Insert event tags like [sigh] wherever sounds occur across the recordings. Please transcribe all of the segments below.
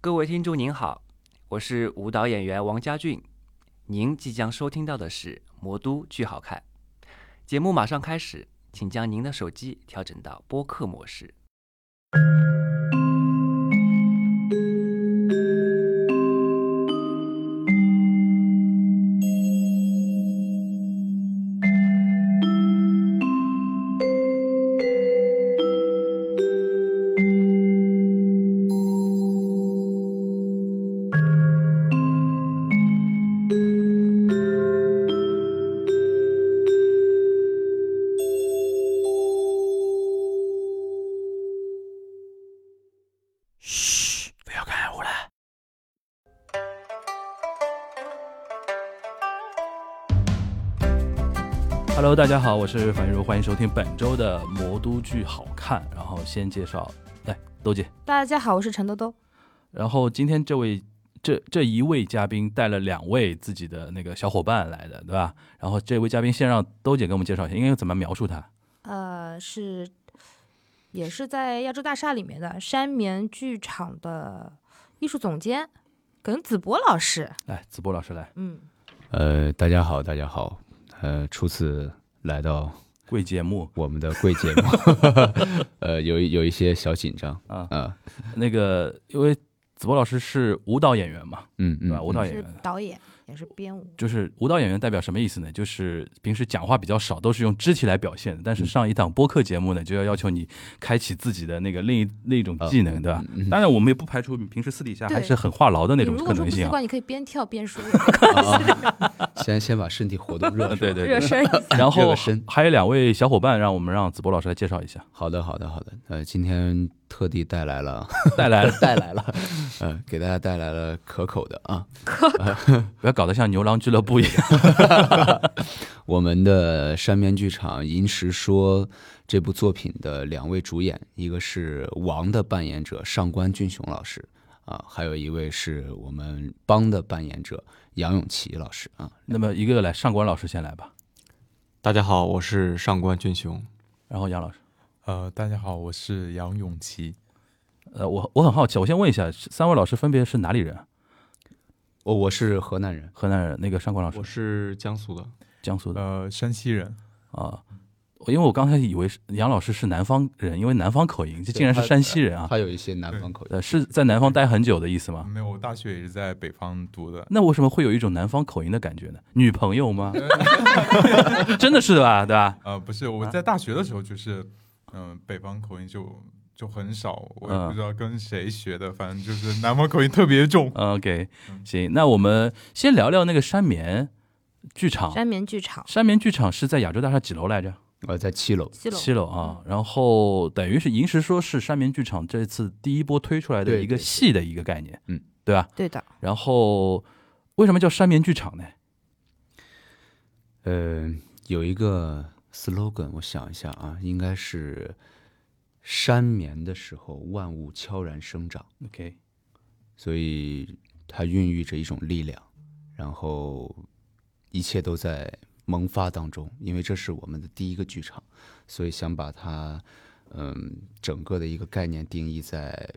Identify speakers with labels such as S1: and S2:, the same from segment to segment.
S1: 各位听众您好，我是舞蹈演员王家俊。您即将收听到的是《魔都剧好看》节目，马上开始，请将您的手机调整到播客模式。
S2: Hello，大家好，我是樊玉茹，欢迎收听本周的《魔都剧好看》。然后先介绍，来豆姐。
S3: 大家好，我是陈豆豆。
S2: 然后今天这位这这一位嘉宾带了两位自己的那个小伙伴来的，对吧？然后这位嘉宾先让豆姐给我们介绍一下，应该怎么描述他？
S3: 呃，是也是在亚洲大厦里面的山棉剧场的艺术总监耿子博老师。
S2: 来，子哎波老师来，
S3: 嗯，
S4: 呃，大家好，大家好，呃，初次来到
S2: 贵节目
S4: 我们的贵 [laughs] 节目，呃，有一有一些小紧张
S2: 啊
S4: 啊、
S2: 那个，因为子波老师是舞蹈演员嘛，
S4: 嗯
S2: 对吧？
S4: 嗯，
S2: 舞蹈演
S3: 是
S2: 员。
S3: 导演，也是编舞。
S2: 就是舞蹈演员代表什么意思呢？就是平时讲话比较少，都是用肢体来表现的。但
S4: 嗯
S2: 是上一档播客节目呢，就要要求你开启自己的那个另一另一种
S4: 哦
S2: 技能，对吧？
S4: 嗯
S2: 当然，我们也不排除你平时私底下
S3: 对
S2: 还是很话痨的那
S3: 你
S2: 种
S3: 如
S2: 可
S3: 果
S2: 能
S3: 说不习
S2: 性啊。，
S3: 惯，你可以边跳边说
S4: 先先把身体活动 [laughs] 热
S2: 呃对对
S3: 热
S2: 对。
S3: 身一
S2: [laughs]
S3: 下。
S2: 然
S4: 热
S2: 后
S4: 个身
S2: 还有两位小伙伴，让我们让子博老师来介绍一下，
S4: 好的好的好的，呃，今天特地带来了
S2: 带来了，
S4: [laughs] 带来了， [laughs] 呃，给大家带来了可口的啊，
S2: 不要搞得像牛郎俱乐部一样。
S4: 我们的山面剧场《银石说》这部作品的两位主演，一个是王的扮演者上官俊雄老师啊，还有一位是我们帮的扮演者杨永琪老师啊。
S2: 那么一个来，上官老师先来吧，
S5: 大家好，我是上官俊雄。
S2: 然后杨老师。
S6: 呃，大家好，我是杨永琪。
S2: 呃，我我很好奇，我先问一下，三位老师分别是哪里人啊？
S4: 哦我、我是河南人，
S2: 河南人，那个上官老师
S5: 我，是江苏的，
S2: 江苏的。
S6: 呃，山西人，
S2: 啊，我因为我刚才以为是杨老师是南方人，因为南方口音，这竟然是山西人啊！
S4: 他嗯有一些南方口音。
S2: 呃，是在南方待很久的意思吗？
S6: 啊没有，我大学也是在北方读的。
S2: 那为什么会有一种南方口音的感觉呢？女朋友
S4: [laughs]
S2: 吗？真的是的吧？对吧？
S6: 呃，不是，
S4: 啊
S6: 我在大学的时候就是，嗯、北方口音就就很少，我也
S4: 啊
S6: 不知道跟谁学的，反正就是南方口音特别重。
S2: 呃 OK，行，
S4: 嗯
S2: 那我们先聊聊那个山棉剧场。
S3: 山棉剧场
S2: 山棉剧场是在亚洲大厦几楼来着？
S4: 我在七楼，
S3: 西楼嗯
S2: 七楼啊。然后等于是银石说是山棉剧场这次第一波推出来的
S4: 对
S2: 一个
S4: 对对
S2: 戏的一个概念，
S4: 嗯，
S2: 对吧？
S3: 对的，
S2: 然后为什么叫山棉剧场呢？
S4: 呃，有一个 slogan，我想一下啊，应该是“山眠的时候，万物悄然生长”。
S2: OK，
S4: 所以它孕育着一种力量，然后一切都在萌发当中。因为这是我们的第一个剧场，所以想把它，嗯，整个的一个概念定义在，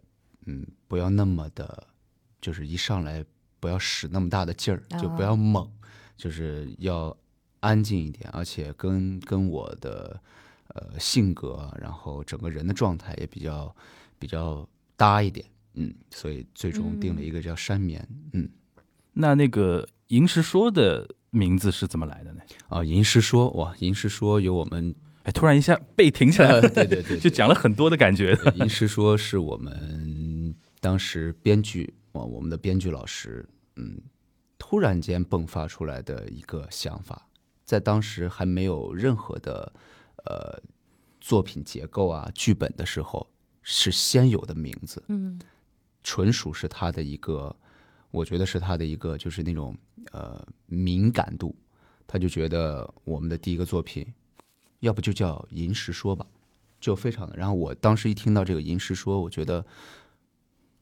S4: 嗯，不要那么的，就是一上来不要使那么大的劲儿，就不
S3: 啊
S4: 要猛，就是要安静一点，而且跟跟我的呃性格，然后整个人的状态也比较比较搭一点，嗯，所以最终定了一个叫山眠，嗯
S2: 那那个银石说的名字是怎么来的呢？
S4: 啊，银石说哇，银石说有我
S2: [laughs]
S4: 们，
S2: 哎，突然一下被停起来
S3: 呃
S2: 了，
S4: 对对对
S2: [laughs]
S4: 对
S2: 就讲了很多的感觉。
S4: 对银石说是我们当时编剧哇，我们的编剧老师，嗯，突然间迸发出来的一个想法，在当时还没有任何的呃作品结构啊剧本的时候，是先有的名字，
S3: 嗯，
S4: 纯属是他的一个，我觉得是他的一个就是那种呃敏感度，他就觉得我们的第一个作品，要不就叫《银石说》吧，就非常的。然后我当时一听到这个《银石说》，我觉得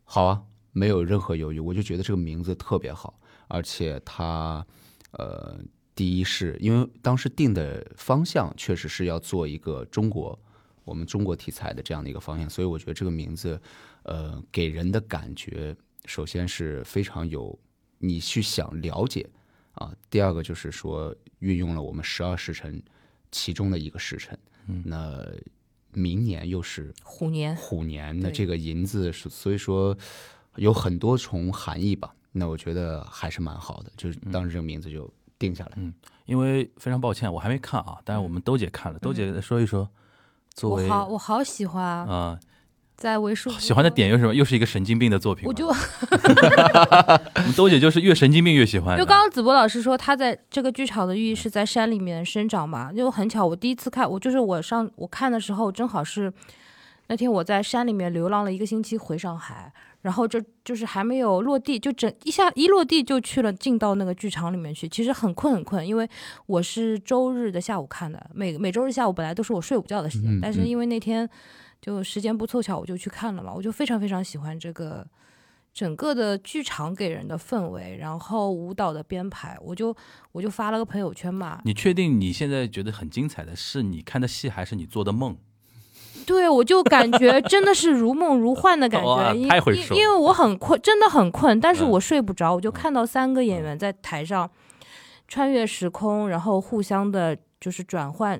S4: 好啊，没有任何犹豫，我就觉得这个名字特别好，而且他呃。第一是因为当时定的方向确实是要做一个中国，我们中国题材的这样的一个方向，所以我觉得这个名字呃，给人的感觉首先是非常有你去想了解啊，第二个就是说运用了我们十二时辰其中的一个时辰，那明年又是
S3: 虎年，
S4: 虎年，那
S3: 对
S4: 这个银字是所以说有很多重含义吧。那我觉得还是蛮好的，就是当时这个名字就定下来。
S2: 因为非常抱歉，我还没看啊，但是我们兜姐看了，兜姐说一说，作为
S3: 嗯我好
S2: 啊、
S3: 我好喜欢啊，在为数不
S2: 喜欢的
S3: 多，
S2: 点又是什么？又是一个神经病的作品吗。
S3: 我
S2: [laughs]
S3: 就
S2: 我们兜姐就是越神经病越喜欢的。
S3: 就刚刚子波老师说，他在这个剧场的寓意是在山里面生长嘛，就很巧，我第一次看，我就是我上我看的时候，正好是那天我在山里面流浪了一个星期，回上海，然后这就是还没有落地，就整一下一落地就去了进到那个剧场里面去，其实很困很困，因为我是周日的下午看的，每每周日下午本来都是我睡午觉的时间，
S4: 嗯
S3: 但是
S4: 嗯
S3: 因为那天就时间不凑巧，我就去看了嘛，我就非常非常喜欢这个整个的剧场给人的氛围，然后舞蹈的编排，我就我就发了个朋友圈嘛，
S2: 你确定你现在觉得很精彩的是你看的戏，还是你做的梦？
S3: 对，我就感觉真的是如梦如幻的
S2: [laughs]
S3: 感
S2: 哇
S3: 觉，因
S2: 太会
S3: 因
S2: 说
S3: 因为我很困，真的很困，但是
S2: 嗯
S3: 我睡不着，我就看到三个演员在台上穿越时空，然后互相的就是转换，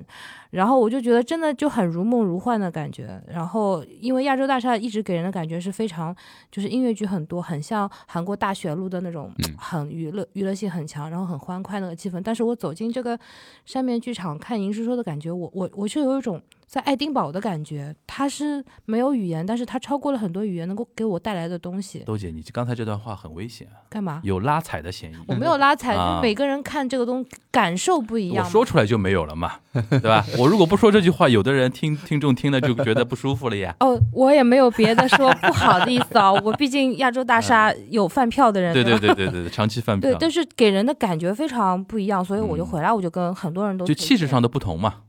S3: 然后我就觉得真的就很如梦如幻的感觉。然后因为亚洲大厦一直给人的感觉是非常就是音乐剧很多，很像韩国大学路的那种，
S2: 嗯
S3: 很娱乐娱乐性很强，然后很欢快那个气氛。但是我走进这个山面剧场看《银师说》的感觉，我我我就有一种在爱丁堡的感觉。它是没有语言，但是它超过了很多语言能够给我带来的东西。
S2: 兜姐，你刚才这段话很危险
S3: [laughs]
S2: 啊，
S3: 干嘛？
S2: 有拉踩的嫌疑。
S3: 我没有拉踩，
S2: 啊
S3: 就每个人看这个东感受不一
S2: 我
S3: 样嘛。
S2: 说出来就没有了嘛，对吧？我如果不说这句话，有的人听听众听了就觉得不舒服了呀。
S3: 哦，我也没有别的说不好的意思啊、我毕竟亚洲大厦有饭票的人，
S2: 嗯对对
S3: 吧
S2: 对对对，对长期饭
S3: 对
S2: 票，
S3: 但是给人的感觉非常不一样，所以我就
S2: 嗯
S3: 回来，我就跟很多人都
S2: 就
S3: 推
S2: 气质
S3: 荐
S2: 上的不同嘛，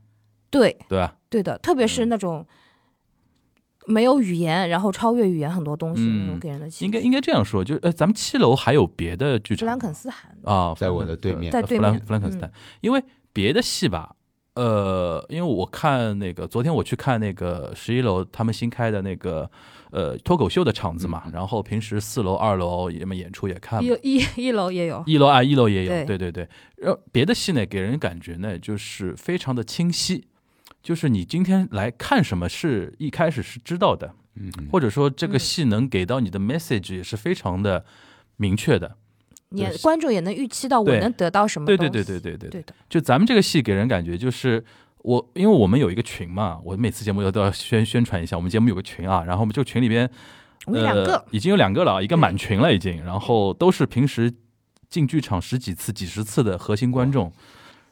S3: 对
S2: 对吧？
S3: 对的，特别
S2: 嗯
S3: 是那种没有语言，然后超越语言很多东西那种
S2: 嗯
S3: 给人的气质。
S2: 应该应该这样说，就是呃，咱们七楼还有别的剧
S3: 弗
S2: 场
S3: 兰
S2: 吗
S3: 肯斯坦
S2: 啊，
S4: 在我的对
S2: 弗兰
S4: 面
S3: 在对
S2: 弗兰
S3: 面嗯
S2: 弗兰肯斯坦，因为别的戏吧，呃，因为我看那个昨天我去看那个十一楼他们新开的那个呃脱口秀的场子嘛，
S4: 嗯
S2: 然后平时四楼、二楼也么演出也看嘛
S3: 一，一一楼也有，
S2: 一楼啊一楼也有，对
S3: 对
S2: 对对，然后别的戏呢给人感觉呢就是非常的清晰。就是你今天来看什么是一开始是知道的，
S4: 嗯，
S2: 或者说这个
S3: 嗯
S2: 戏能给到你的 message 也是非常的明确的。
S3: 你也
S2: 对
S3: 观众也能预期到我
S2: 对
S3: 能得到什么
S2: 对
S3: 东西。
S2: 对对对对对
S3: 对的，
S2: 就咱们这个戏给人感觉就是我，因为我们有一个群嘛，我每次节目都都要宣宣传一下，我们节目有个群啊，然后我们这个群里边
S3: 我们两个
S2: 呃、已经有两个了啊，一个满群了已经，然后都是平时进剧场十几次、几十次的核心观众。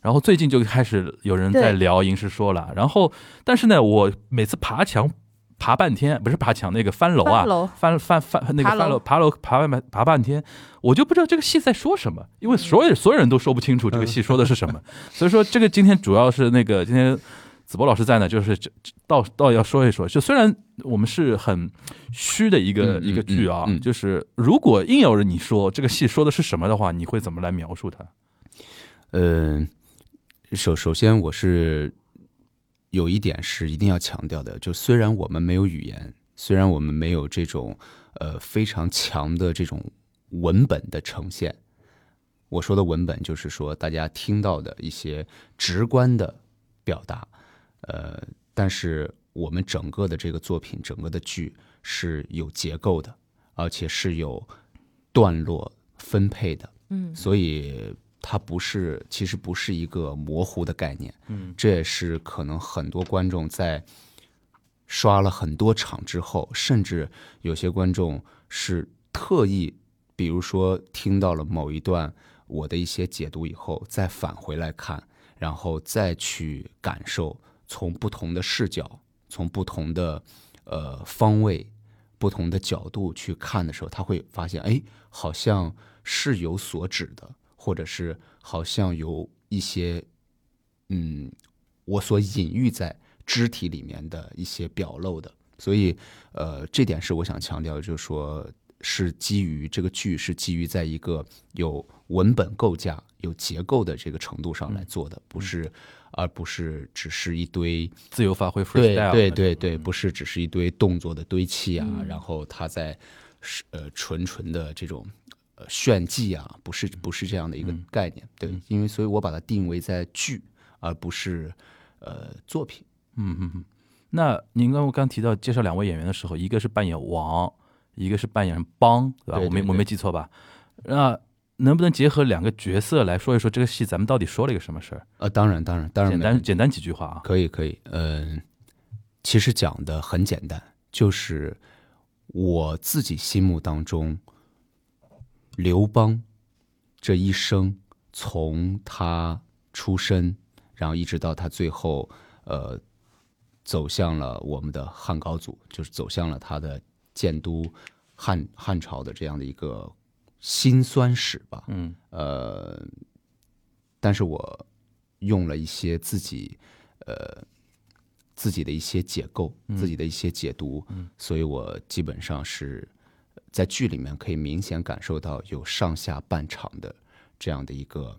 S2: 然后最近就开始有人在
S3: 对
S2: 聊《银石说》了，然后但是呢，我每次爬墙爬半天，不是爬墙，那个翻楼啊
S3: 三，楼
S2: 翻翻翻那个
S3: 爬
S2: 翻
S3: 楼
S2: 楼爬楼爬半爬半天，我就不知道这个戏在说什么，因为所有所有人都说不清楚
S4: 嗯
S2: 这个戏说的是什么，所以说这个今天主要是那个今天子博老师在呢，就是这这倒倒要说一说，就虽然我们是很虚的一个
S4: 嗯嗯
S2: 一个剧啊
S4: 嗯，嗯
S2: 就是如果硬要你说这个戏说的是什么的话，你会怎么来描述它？
S4: 呃，首首先我是有一点是一定要强调的，就虽然我们没有语言，虽然我们没有这种呃非常强的这种文本的呈现，我说的文本就是说大家听到的一些直观的表达，呃，但是我们整个的这个作品，整个的剧是有结构的，而且是有段落分配的，
S3: 嗯，
S4: 所以它不是，其实不是一个模糊的概念。嗯，这也是可能很多观众在刷了很多场之后，甚至有些观众是特意，比如说听到了某一段我的一些解读以后，再返回来看，然后再去感受，从不同的视角，从不同的呃方位。不同的角度去看的时候，他会发现，哎，好像是有所指的，或者是好像有一些，嗯，我所隐喻在肢体里面的一些表露的。所以，呃，这点是我想强调，就是说是基于这个剧是基于在一个有文本构架、有结构的这个程度上来做的，不是，而不是只是一堆
S2: 自由发挥 freestyle 啊那
S4: 对
S2: 种。
S4: 对对对，不是只是一堆动作的堆砌啊，
S3: 嗯
S4: 然后他在是呃纯纯的这种呃炫技啊，不是不是这样的一个
S2: 嗯
S4: 概念。对，因为所以我把它定位在剧，而不是呃作品。
S2: 嗯嗯嗯。那您刚刚提到介绍两位演员的时候，一个是扮演王，一个是扮演帮，对吧？
S4: 对对
S2: 我没我
S4: 对
S2: 没记错吧？那能不能结合两个角色来说一说这个戏咱们到底说了一个什么事儿？
S4: 呃，当然当然当然
S2: 简
S4: 没问
S2: 单
S4: 题，
S2: 简单几句话啊。
S4: 可以可以。嗯、其实讲的很简单，就是我自己心目当中刘邦这一生，从他出生，然后一直到他最后，呃，走向了我们的汉高祖，就是走向了他的建都汉汉朝的这样的一个辛酸史吧。
S2: 嗯
S4: 呃，但是我用了一些自己呃自己的一些解构、自己的一些解读，所以我基本上是在剧里面可以明显感受到有上下半场的这样的一个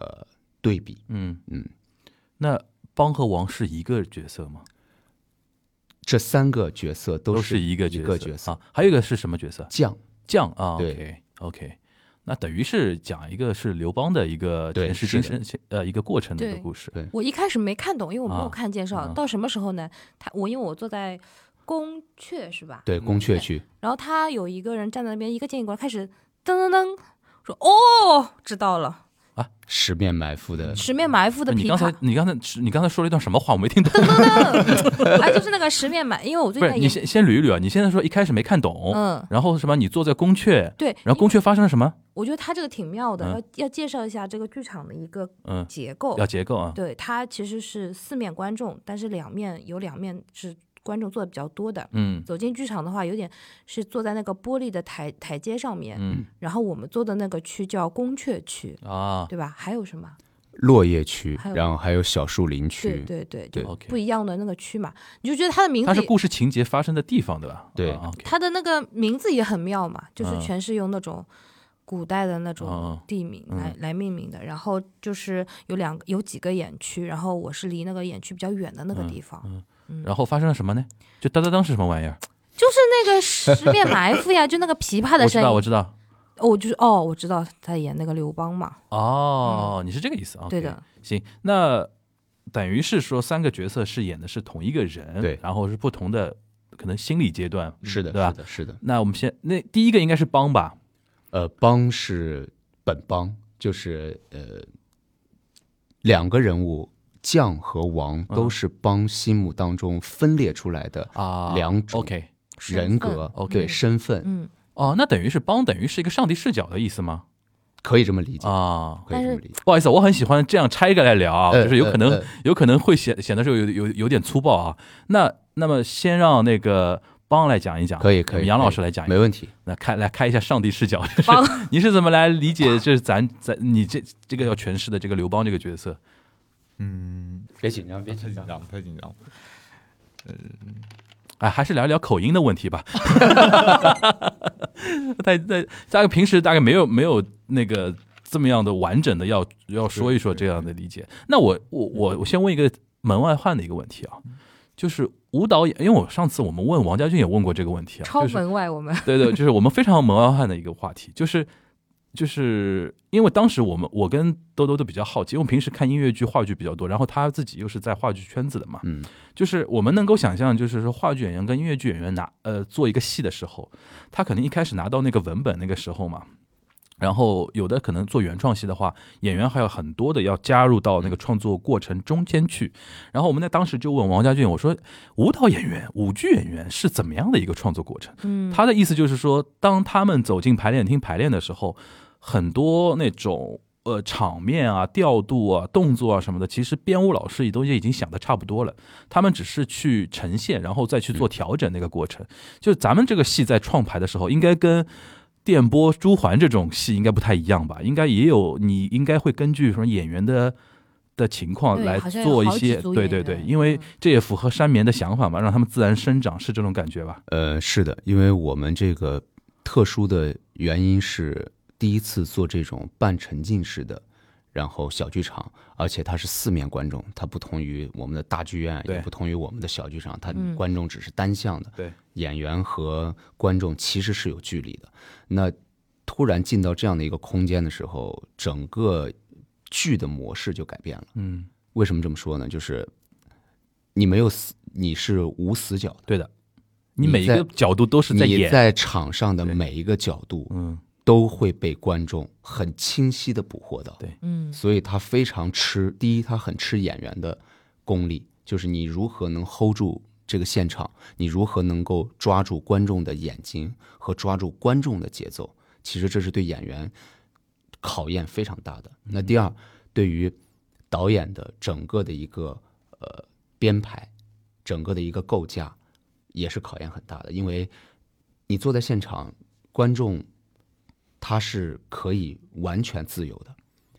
S4: 呃对比。
S2: 嗯
S4: 嗯，
S2: 那帮和王是一个角色吗？
S4: 这三个角色都
S2: 是一个
S4: 一
S2: 色
S4: 个角色
S2: 啊。还有一个是什么角色？
S4: 将
S2: 将啊。
S4: 对
S2: o k OK，那等于是讲一个是刘邦的一个
S4: 对
S2: 前世
S4: 是
S2: 今
S4: 的
S2: 生呃一个过程的一个
S3: 对
S2: 故事。
S3: 我一开始没看懂，因为我没有看介绍。
S2: 啊啊
S3: 到什么时候呢？他我因为我坐在宫阙是吧？
S4: 对宫阙区，
S3: 然后他有一个人站在那边，一个建议过来，开始噔噔噔说哦，知道了，
S4: 十面埋伏的
S3: 十面埋伏的
S2: 嗯那你
S3: 皮
S2: 刚
S3: 卡
S2: 才，你刚才是你刚才说了一段什么话？我没听懂。
S3: 哎，就是那个十面埋，因为我最
S2: 不是，
S3: 近在
S2: 你
S3: 研，
S2: 先先捋一捋啊！你现在说一开始没看懂，
S3: 嗯，
S2: 然后什么？你坐在宫阙，
S3: 对，
S2: 然后宫阙发生了什么？
S3: 我觉得他这个挺妙的，
S2: 嗯
S3: 要要介绍一下这个剧场的一个
S2: 嗯，
S3: 结构
S2: 要。结构啊。
S3: 对，它其实是四面观众，但是两面有两面是观众坐的比较多的。
S2: 嗯
S3: 走进剧场的话，有点是坐在那个玻璃的台台阶上面，
S2: 嗯
S3: 然后我们坐的那个区叫宫阙区，
S4: 嗯
S2: 啊
S3: 对吧？还有什么？
S4: 落叶区
S3: 还，有
S4: 然后还有小树林区
S3: 对，对对，
S4: 对
S3: 就
S2: ，OK，
S3: 不一样的那个区嘛。你就觉得它的名
S2: 它
S3: 字
S2: 是
S3: 也，
S2: 故事情节发生的地方，对吧？
S4: 对
S2: 啊，OK
S3: 它的那个名字也很妙嘛，就是
S2: 嗯
S3: 全是用那种古代的那
S2: 嗯
S3: 种
S2: 嗯
S3: 地名来、来命名的。然后就是有两个有几个演区，然后我是离那个演区比较远的那个
S2: 嗯
S3: 地方。
S2: 然后发生了什么呢？就当当当是什么玩意儿？
S3: 就是那个十面埋伏呀，就那个琵琶的
S2: 我知
S3: 声
S2: 道，我
S3: 音。
S2: 知道。
S3: 哦，我就是哦，我知道他演那个刘邦嘛。
S2: 哦，你是这个意思啊？
S3: 嗯对的。
S2: 行，那等于是说三个角色饰演的是同一个人，
S4: 对
S2: 然后是不同的可能心理阶段。
S4: 嗯是的，
S2: 对吧
S4: 是的，是的。
S2: 那我们先，那第一个应该是帮吧？
S4: 呃，帮是本帮，就是呃，两个人物将和王
S2: 嗯
S4: 都是帮心目当中分裂出来的
S2: 啊，
S4: 两种
S2: OK，
S4: 人格，
S2: OK
S4: 对身份，
S3: 嗯，
S2: 哦，那等于是帮，等于是一个上帝视角的意思吗？
S4: 可以这么理
S3: 哦
S4: 解，
S2: 啊，
S4: 可以这么理解。
S2: 不好意思，我很喜欢这样拆开来聊啊，
S4: 呃
S2: 就是有可能、
S4: 呃呃
S2: 有可能会显显得是有有有点粗暴啊。那那么先让那个邦来讲一讲，
S4: 呃可以可以
S2: 杨
S4: 可以
S2: 老师来讲一
S4: 没
S2: 讲，
S4: 问题。
S2: 那开来开一下上帝视角， [laughs] 就是
S3: 邦
S2: 你是怎么来理解这咱咱你这这个要诠释的这个刘邦这个角色？
S6: 嗯，
S4: 别紧张，别
S6: 太紧张，太紧张了。呃
S2: 哎，还是聊一聊口音的问题吧。 [laughs] 大大大概平时大概没有没有那个这么样的完整的要要说一说这样的理解。那我我我我先问一个门外汉的一个问题啊，就是舞蹈演，因为我上次我们问王家俊也问过这个问题啊，
S3: 超
S2: 就是
S3: 门外我们。
S2: 对对，就是我们非常门外汉的一个话题，就是就是因为当时我们我跟兜兜都比较好奇，因为我平时看音乐剧、话剧比较多，然后他自己又是在话剧圈子的嘛，
S4: 嗯，
S2: 就是我们能够想象，就是说话剧演员跟音乐剧演员拿呃做一个戏的时候，他可能一开始拿到那个文本那个时候嘛。然后有的可能做原创戏的话，演员还有很多的要加入到那个创作过程中间去。然后我们在当时就问王家俊，我说舞蹈演员、舞剧演员是怎么样的一个创作过程？
S3: 嗯，
S2: 他的意思就是说，当他们走进排练厅排练的时候，很多那种呃场面啊、调度啊、动作啊什么的，其实编舞老师也都已经想的差不多了，他们只是去呈现，然后再去做调整那个过程。就咱们这个戏在创排的时候，应该跟。电波朱环这种戏应该不太一样吧？应该也有，你应该会根据什么演员的的情况
S3: 对
S2: 来
S3: 好像有
S2: 做一
S3: 好几
S2: 些，
S3: 组
S2: 对
S3: 演
S2: 对对，
S3: 员
S2: 因为
S3: 嗯
S2: 这也符合山棉的想法嘛，让他们自然生长，是这种感觉吧？
S4: 呃，是的，因为我们这个特殊的原因是第一次做这种半沉浸式的，然后小剧场，而且它是四面观众，它不同于我们的大剧院，
S2: 对
S4: 也不同于我们的小剧场，它
S3: 嗯
S4: 观众只是单向的，
S2: 对
S4: 演员和观众其实是有距离的。那突然进到这样的一个空间的时候，整个剧的模式就改变了。
S2: 嗯，
S4: 为什么这么说呢？就是你没有死，你是无死角的。
S2: 对的，你每一个
S4: 你
S2: 角度都是在
S4: 你
S2: 演，
S4: 在场上的
S2: 对
S4: 每一个角度
S2: 嗯，
S4: 都会被观众很清晰的捕获到，
S2: 对
S3: 嗯
S4: 所以他非常吃第一，他很吃演员的功力，就是你如何能 hold 住这个现场，你如何能够抓住观众的眼睛和抓住观众的节奏，其实这是对演员考验非常大的。那第二，对于导演的整个的一个呃编排，整个的一个构架，也是考验很大的，因为你坐在现场，观众他是可以完全自由的。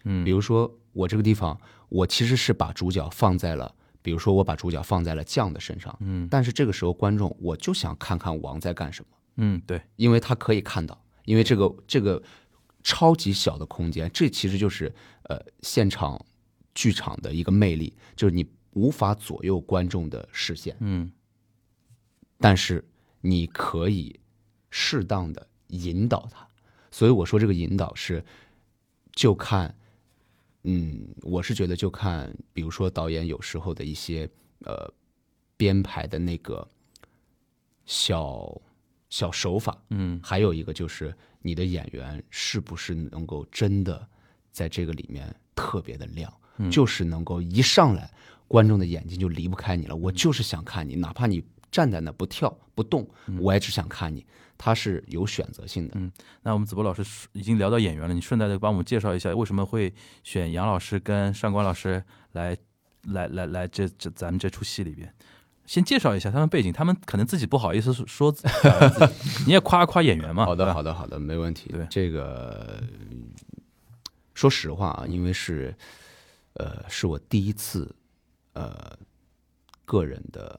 S2: 嗯
S4: 比如说我这个地方，我其实是把主角放在了，比如说我把主角放在了酱的身上，
S2: 嗯
S4: 但是这个时候观众我就想看看王在干什么，
S2: 嗯，对，
S4: 因为他可以看到，因为这个这个超级小的空间，这其实就是呃现场剧场的一个魅力，就是你无法左右观众的视线。
S2: 嗯
S4: 但是你可以适当的引导他。所以我说这个引导是，就看，嗯，我是觉得就看，比如说导演有时候的一些呃编排的那个小小手法，
S2: 嗯
S4: 还有一个就是你的演员是不是能够真的在这个里面特别的亮，就是能够一上来观众的眼睛就离不开你了，我就是想看你，哪怕你站在那不跳不动，我也只想看你，他是有选择性的。
S2: 那我们子博老师顺已经聊到演员了，你顺带的帮我们介绍一下，为什么会选杨老师跟上官老师来来来来这这咱们这出戏里边？先介绍一下他们背景，他们可能自己不好意思说说自己，你也夸一夸演员嘛。
S4: 好
S2: 对
S4: 的，
S2: 吧
S4: 好的，好的，没问题。
S2: 啊对
S4: 这个嗯说实话啊，因为是呃是我第一次呃个人的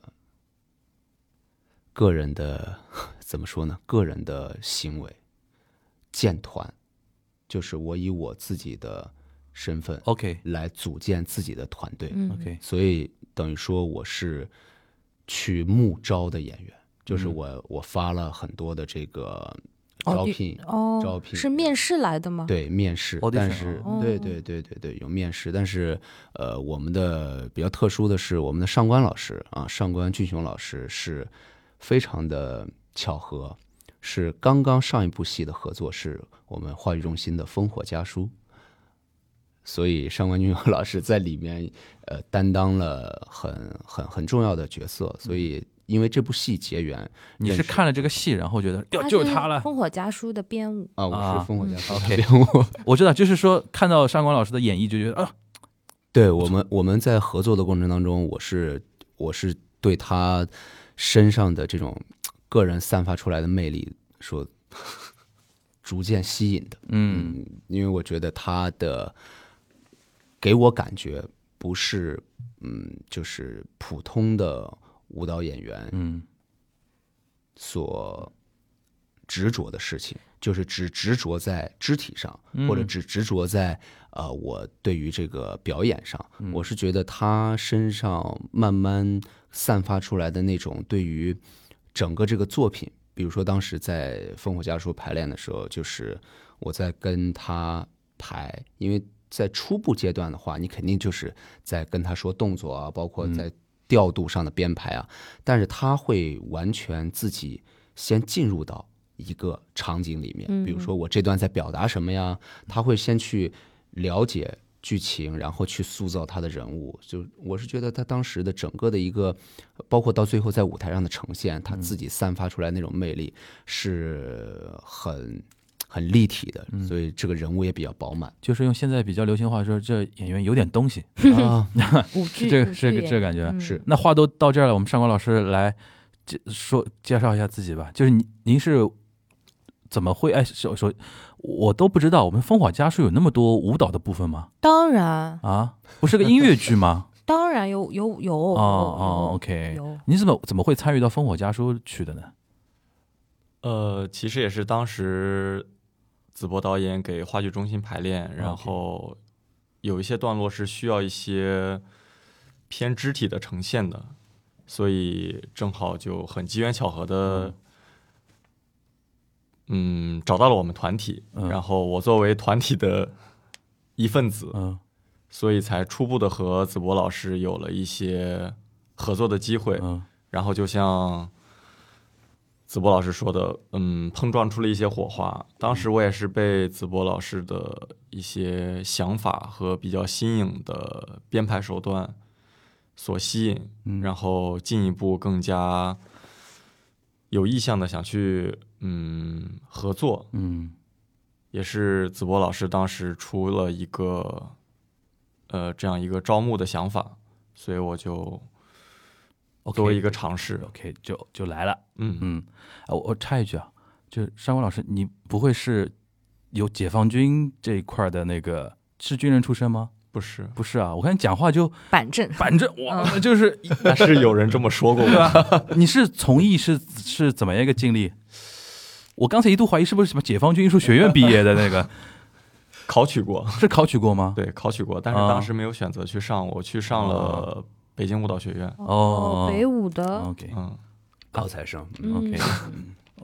S4: 个人的 [laughs] 怎么说呢？个人的行为建团，就是我以我自己的身份
S2: OK
S4: 来组建自己的团队。
S3: 嗯
S2: OK，
S4: 所以等于说我是去募招的演员，就是我、我发了很多的这个
S3: 哦
S4: 招
S3: 你
S4: 聘，
S3: 哦，
S4: 招聘
S3: 是面试来的吗？，
S4: 对面试
S2: Audition，
S4: 但是、
S2: 啊
S3: 哦
S4: 对对对对对有面试，但是呃，我们的比较特殊的是，我们的上官老师啊，上官俊雄老师是非常的巧合，是刚刚上一部戏的合作是我们话剧中心的《烽火家书》，所以上官俊雄老师在里面呃担当了很很很重要的角色，所以因为这部戏结缘
S2: 你是
S4: 认识
S2: 看了这个戏，然后觉得哟
S3: 他
S2: 就是他了
S3: 《烽火家书》的编
S2: [laughs]
S3: 舞，
S4: 啊，我
S2: 啊
S4: 是烽火家书的
S2: ，OK
S4: 编舞。
S2: 我知道，就是说看到上官老师的演绎就觉得啊，
S4: 对我们，我们在合作的过程当中，我是我是对他身上的这种嘖个人散发出来的魅力所 [laughs] 逐渐吸引的，
S2: 嗯
S4: 因为我觉得他的给我感觉不是嗯，就是普通的舞蹈演员
S2: 嗯
S4: 所执着的事情，就是只执着在肢体上，或者只执着在呃我对于这个表演上。我是觉得他身上慢慢散发出来的那种对于整个这个作品，比如说当时在《烽火家书》排练的时候，就是我在跟他排，因为。在初步阶段的话，你肯定就是在跟他说动作啊，包括在调度上的编排啊，但是他会完全自己先进入到一个场景里面，
S3: 嗯
S4: 比如说我这段在表达什么呀，他会先去了解剧情，然后去塑造他的人物。就我是觉得他当时的整个的一个，包括到最后在舞台上的呈现，他
S2: 嗯
S4: 自己散发出来那种魅力是很很立体的，
S2: 嗯
S4: 所以这个人物也比较
S2: [laughs]
S4: 饱满。
S2: 就是用现在比较流行话说，这演员有点东西，
S4: 啊，
S3: 舞
S2: 是
S3: 剧，
S2: 这
S3: 舞
S2: 个这
S3: 剧
S2: 个这个感觉。啊
S3: 嗯
S4: 是
S2: 那话都到这儿了，我们上官老师来介说介绍一下自己吧。就是您您是怎么会哎首首我都不知道，我们《烽火家书》有那么多舞蹈的部分吗？
S3: 当然，
S2: 啊，不是个音乐剧吗？ [laughs]
S3: 当然有有有
S2: 哦
S3: 哦
S2: 哦，OK。
S3: 有，
S2: 你怎么怎么会参与到《烽火家书》去的呢？
S5: 呃，其实也是啊当时子博导演给话剧中心排练，然后有一些段落是需要一些偏肢体的呈现的，所以正好就很机缘巧合的，嗯，找到了我们团体，
S2: 嗯
S5: 然后我作为团体的一份子，
S2: 嗯
S5: 所以才初步的和子博老师有了一些合作的机会。
S2: 嗯
S5: 然后就像子博老师说的，嗯，碰撞出了一些火花。当时我也是被子博老师的一些想法和比较新颖的编排手段所吸引，
S2: 嗯
S5: 然后进一步更加有意向的想去嗯合作。
S2: 嗯
S5: 也是子博老师当时出了一个呃这样一个招募的想法，所以我就作为一个尝试。
S2: ，OK，就就来了。
S5: 嗯，
S2: 嗯，啊，我我插一句啊，就是山文老师，你不会是有解放军这一块儿的那个是军人出身吗？
S5: 不是，
S2: 不是啊，我看你讲话就
S3: 板正，
S2: 反正哇，就是
S5: [laughs] 但是有人这么说过我。
S2: 你是从艺是是怎么样一个经历？我刚才一度怀疑是不是什么解放军艺术学院毕业的那个，
S5: 考取过， [laughs]
S2: 是考取过吗？
S5: 对，考取过，但是
S2: 啊
S5: 当时没有选择去上，我去上了北京舞蹈学院。
S2: 哦
S3: 北舞的，
S2: ，OK
S5: 嗯，
S1: 高材生，
S3: 嗯
S2: OK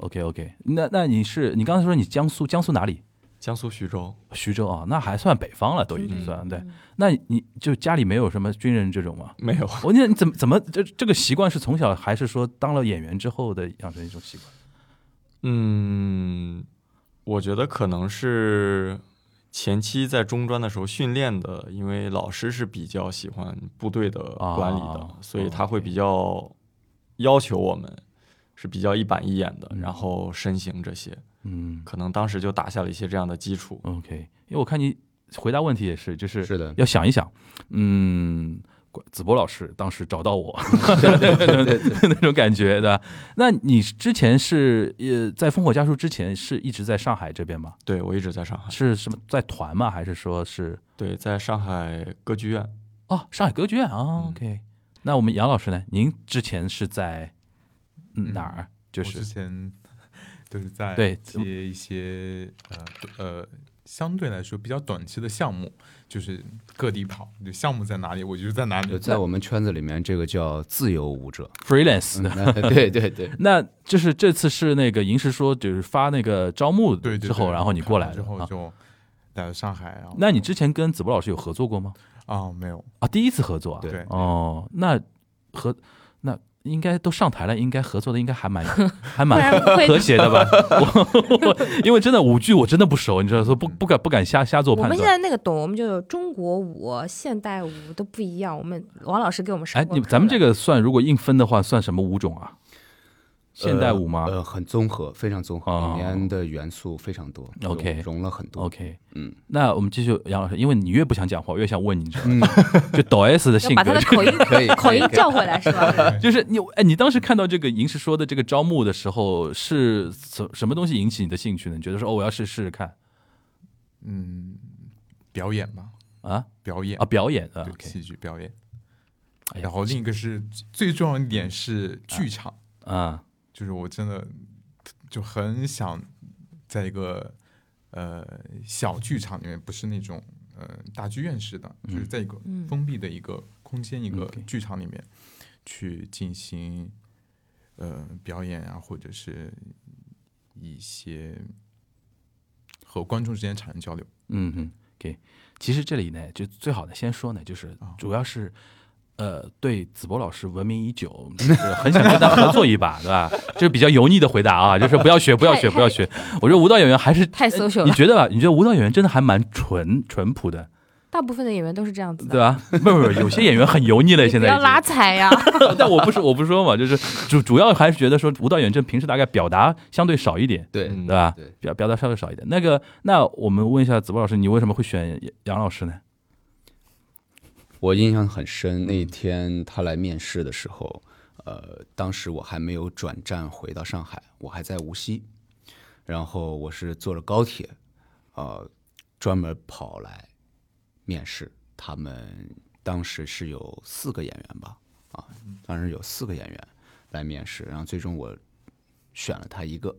S2: OK OK，那那你是你刚才说你江苏江苏哪里？
S5: 江苏徐州，
S2: 徐州啊，那还算北方了，都已
S3: 嗯
S2: 经算对。那你就家里没有什么军人这种吗？
S5: 没有，
S2: 我那你怎么怎么这这个习惯是从小还是说当了演员之后的养成一种习惯？
S5: 嗯，我觉得可能是前期在中专的时候训练的，因为老师是比较喜欢部队的管理的，
S2: 啊
S5: 所以他会
S2: OK
S5: 比较要求我们是比较一板一眼的，
S2: 嗯
S5: 然后身形这些，
S2: 嗯
S5: 可能当时就打下了一些这样的基础。
S2: ，OK，因为我看你回答问题也是，就是
S4: 是的，
S2: 要想一想，嗯，子博老师当时找到我，嗯对对对对对 [laughs] 那种感觉，对吧？那你之前是呃，在《烽火家书》之前是一直在上海这边吗？
S5: 对我一直在上海，
S2: 是什么在团吗？还是说是
S5: 对，在上海歌剧院，
S2: 哦，上海歌剧院啊、
S5: 嗯
S2: o k 那我们杨老师呢？您之前是在嗯哪儿？就
S6: 我
S2: 是
S6: 之前就是在
S2: 对
S6: 接一些呃呃相对来说比较短期的项目，就是各地跑，就项目在哪里我就在哪
S4: 就
S6: 里。
S4: 在我们圈子里面，这个叫自由
S2: [laughs]
S4: 舞者。
S2: freelance 的。
S4: 嗯对对对，
S2: 那就是这次是那个银石说，就是发那个招募
S6: 对对对
S2: 之后，然后你过来
S6: 看
S2: 的
S6: 完之后
S2: 啊。
S6: 就来了上海，然后
S2: 那你之前跟子博老师有合作过吗？
S6: 啊没有
S2: 啊，第一次合作啊。
S6: 对
S2: 哦，那合那应该都上台了，应该合作的应该还
S3: [laughs]
S2: 蛮还
S3: 不
S2: 蛮 [laughs]
S3: 然会
S2: 和谐的
S3: [laughs]
S2: 吧？我 [laughs] 我因为真的舞剧我真的不熟，你知道，说不不敢不敢瞎瞎做
S3: 我
S2: 判
S3: 们现
S2: 断。
S3: 在那个懂，我们就有中国舞、现代舞都不一样。我们王老师给我们上
S2: 哎，
S3: 过
S2: 你
S3: 课
S2: 咱们这
S3: 的
S2: 个算如果硬分的话，算什么舞种啊？ [laughs] 现代舞吗
S4: 呃，很综合，非常综合，
S2: 哦
S4: 里面的元素非常多
S2: OK
S4: 融融了很多。
S2: ？OK，
S4: 嗯，
S2: 那我们继续杨老师，因为你越不想讲话，我越想问你，你知道吗？
S4: 嗯
S2: [laughs] 就抖 S 的性
S3: 要把他
S2: 格 [laughs]
S3: 的，口音
S4: 可以
S3: 口音叫回来是吧？
S2: 就是你哎，你当时看到这个银石说的这个招募的时候，是什什么东西引起你的兴趣呢？你觉得说哦，我要试试看
S6: 嗯表演吧，
S2: 啊
S6: 表演
S2: 啊，表演啊
S6: 对
S2: ，OK，
S6: 戏剧表演。
S2: 哎呀
S6: 然后另一个是最重要一点是剧场，
S2: 啊，
S6: 就是我真的就很想在一个呃小剧场里面，不是那种呃大剧院式的，就是在一个
S3: 嗯
S6: 封闭的一个空间、一
S2: 嗯
S6: 个
S2: OK
S6: 剧场里面去进行呃表演啊，或者是一些和观众之间产生交流。
S2: 嗯嗯，OK。其实这里呢，就最好的先说呢，就是
S6: 啊
S2: 主要是。呃，对子博老师闻名已久，就是很想跟他合作一把，对 [laughs] 吧？这是比较油腻的回答啊，就是不要学，不要学，
S3: 太
S2: 不要学。我觉得舞蹈演员还
S3: [laughs]
S2: 是
S3: 太 social 了
S2: 你觉得吧？你觉得舞蹈演员真的还蛮淳淳朴的，
S3: 大部分的演员都是这样子
S2: 对
S3: 的，
S2: 吧？不不不，有些演员很油腻了，
S3: 你
S2: 现
S3: 不
S2: 在已
S3: 要
S2: 经。
S3: 拉
S2: [laughs]
S3: 踩呀。
S2: 但我不是我不说嘛，就是主主要还是觉得说舞蹈演员平时大概表达相对少一点，
S4: 对，
S5: 嗯
S2: 对吧？
S4: 对
S2: 表表达稍微少一点。那个，那我们问一下子博老师，你为什么会选杨老师呢？
S4: 我印象很深，那天他来面试的时候，呃，当时我还没有转站回到上海，我还在无锡，然后我是坐了高铁，呃，专门跑来面试。他们当时是有四个演员吧，啊，当时有四个演员来面试，然后最终我选了他一个，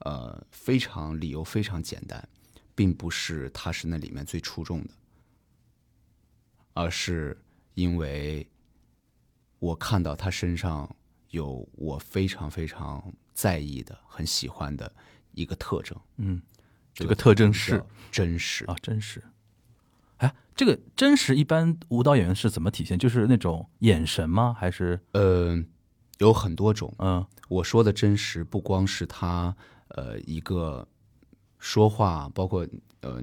S4: 呃，非常理由非常简单，并不是他是那里面最出众的。而是因为我看到他身上有我非常非常在意的、很喜欢的一个特征，
S2: 嗯，这个特征是
S4: 叫真实
S2: 啊，真实。哎，这个真实一般舞蹈演员是怎么体现？就是那种眼神吗？还是
S4: 呃，有很多种。
S2: 嗯
S4: 我说的真实，不光是他呃一个说话，包括呃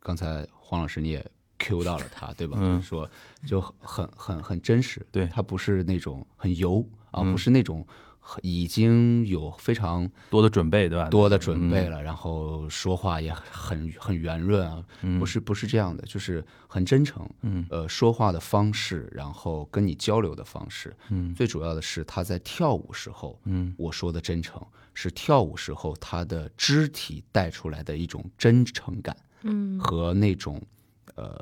S4: 刚才黄老师你也 Q 到了他，对吧？
S2: 嗯
S4: 说就很很很真实，
S2: 对
S4: 他不是那种很油啊，
S2: 嗯
S4: 不是那种很已经有非常
S2: 多的准备对吧？
S4: 多的准备了，然后说话也很很圆润啊，不是不是这样的，就是很真诚，
S2: 嗯
S4: 呃，说话的方式，然后跟你交流的方式，
S2: 嗯
S4: 最主要的是他在跳舞时候，
S2: 嗯
S4: 我说的真诚是跳舞时候他的肢体带出来的一种真诚感
S3: 嗯
S2: 哦
S4: 和那种呃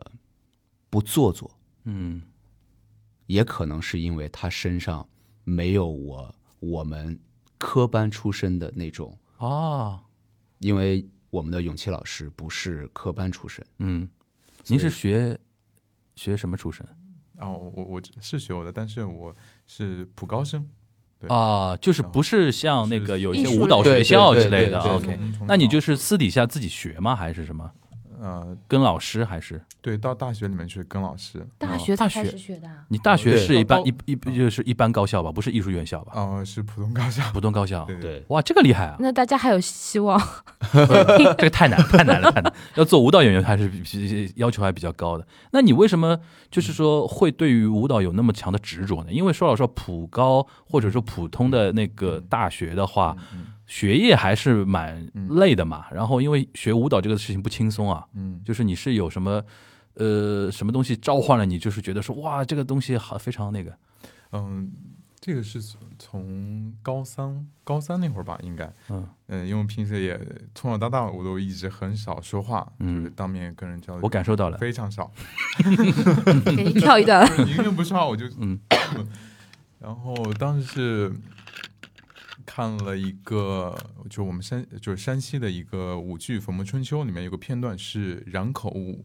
S4: 不做作，
S2: 嗯
S4: 也可能是因为他身上没有我我们科班出身的那种，
S2: 哦
S4: 因为我们的永琪老师不是科班出身，
S2: 嗯，您是学学什么出身
S6: 啊，我我我是学我的，但是我是普高生，对
S2: 啊？就是不是像那个有一
S3: 艺
S2: 些
S3: 术
S2: 舞蹈
S3: 类
S2: 哦学校之类的
S4: 对对对
S2: ？OK，
S6: 从从
S2: 那你
S6: 小
S2: 就是私底下自己学吗？还是什么？
S6: 呃，
S2: 跟老师还是
S6: 对，到大学里面去跟老师，
S7: 大学
S2: 大
S7: 才
S2: 学
S7: 开始学的啊，
S2: 你大学
S4: 对
S2: 是一般
S6: 高
S2: 一一就是一般高校吧？不是艺术院校吧？
S6: 哦、是普通高校，
S2: 普通高校。
S6: 对对，
S2: 哇，这个厉害啊！
S3: 那大家还有希
S2: [laughs]
S3: 望，
S2: 这个太难，太难了，太难了。要做舞蹈演员还是比比要求还比较高的。那你为什么就是说会对于舞蹈有那么强的执着呢？因为说老实话，普高或者说普通的那个大学的话，
S6: 嗯
S2: 学业还是蛮累的嘛。然后因为学舞蹈这个事情不轻松啊，
S6: 嗯，
S2: 就是你是有什么呃什么东西召唤了你，就是觉得说哇这个东西好非常那个，
S6: 嗯，这个是从从高三高三那会儿吧，应该，
S2: 嗯
S6: 嗯，因为平时也从小到大我都一直很少说话，就是
S2: 嗯，
S6: 当面跟人交流，
S2: 我感受到了，
S6: 非常少，
S3: 给你跳一段。
S6: 宁愿不说话我就
S2: 嗯，
S6: [coughs] 然后当时是看了一个，就我们山就是山西的一个舞剧《粉墨春秋》里面有个片段是染口舞，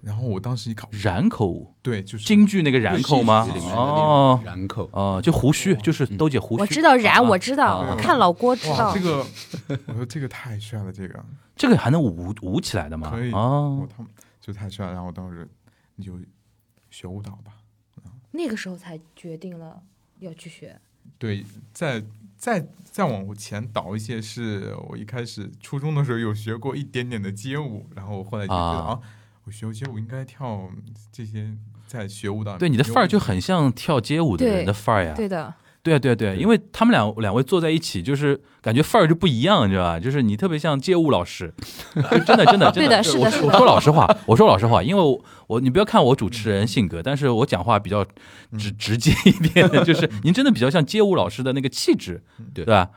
S6: 然后我当时一看，
S2: 染口舞，
S6: 对，就是
S2: 京剧那个染口吗
S4: 对？
S2: 哦。
S4: 然后
S2: 哦、就胡须，就是兜姐胡须。
S7: 我知道
S2: 啊
S7: 燃，我知道，
S2: 啊
S7: 我看老郭知
S6: 哇，
S7: 道
S6: 这，个，我说这个太帅了，这个
S2: 这个还能舞舞起来的吗？
S6: 可以我
S2: 哦，
S6: 他们就太帅了，然后当时你就学舞蹈吧，
S7: 那个时候才决定了要去学。
S6: 对，再再再往前倒一些，是我一开始初中的时候有学过一点点的街舞，然后我后来就觉得
S2: 啊
S6: 啊我学过街舞应该跳这些，在学舞蹈。
S2: 对，你的范儿就很像跳街舞的人的范儿呀。
S3: 对的，
S2: 对啊，对啊，对啊，因为他们两两位坐在一起，就是感觉范儿就不一样，你知道吧？就是你特别像街舞老师， [laughs] 就真的，真的，真
S3: 对的，是的，是
S2: 我
S3: 的。
S2: 说老实话，我说老实话，因为我我你不要看我主持人性格，但是我讲话比较直直接一点， [laughs] 就是您真的比较像街舞老师的那个气质，对吧？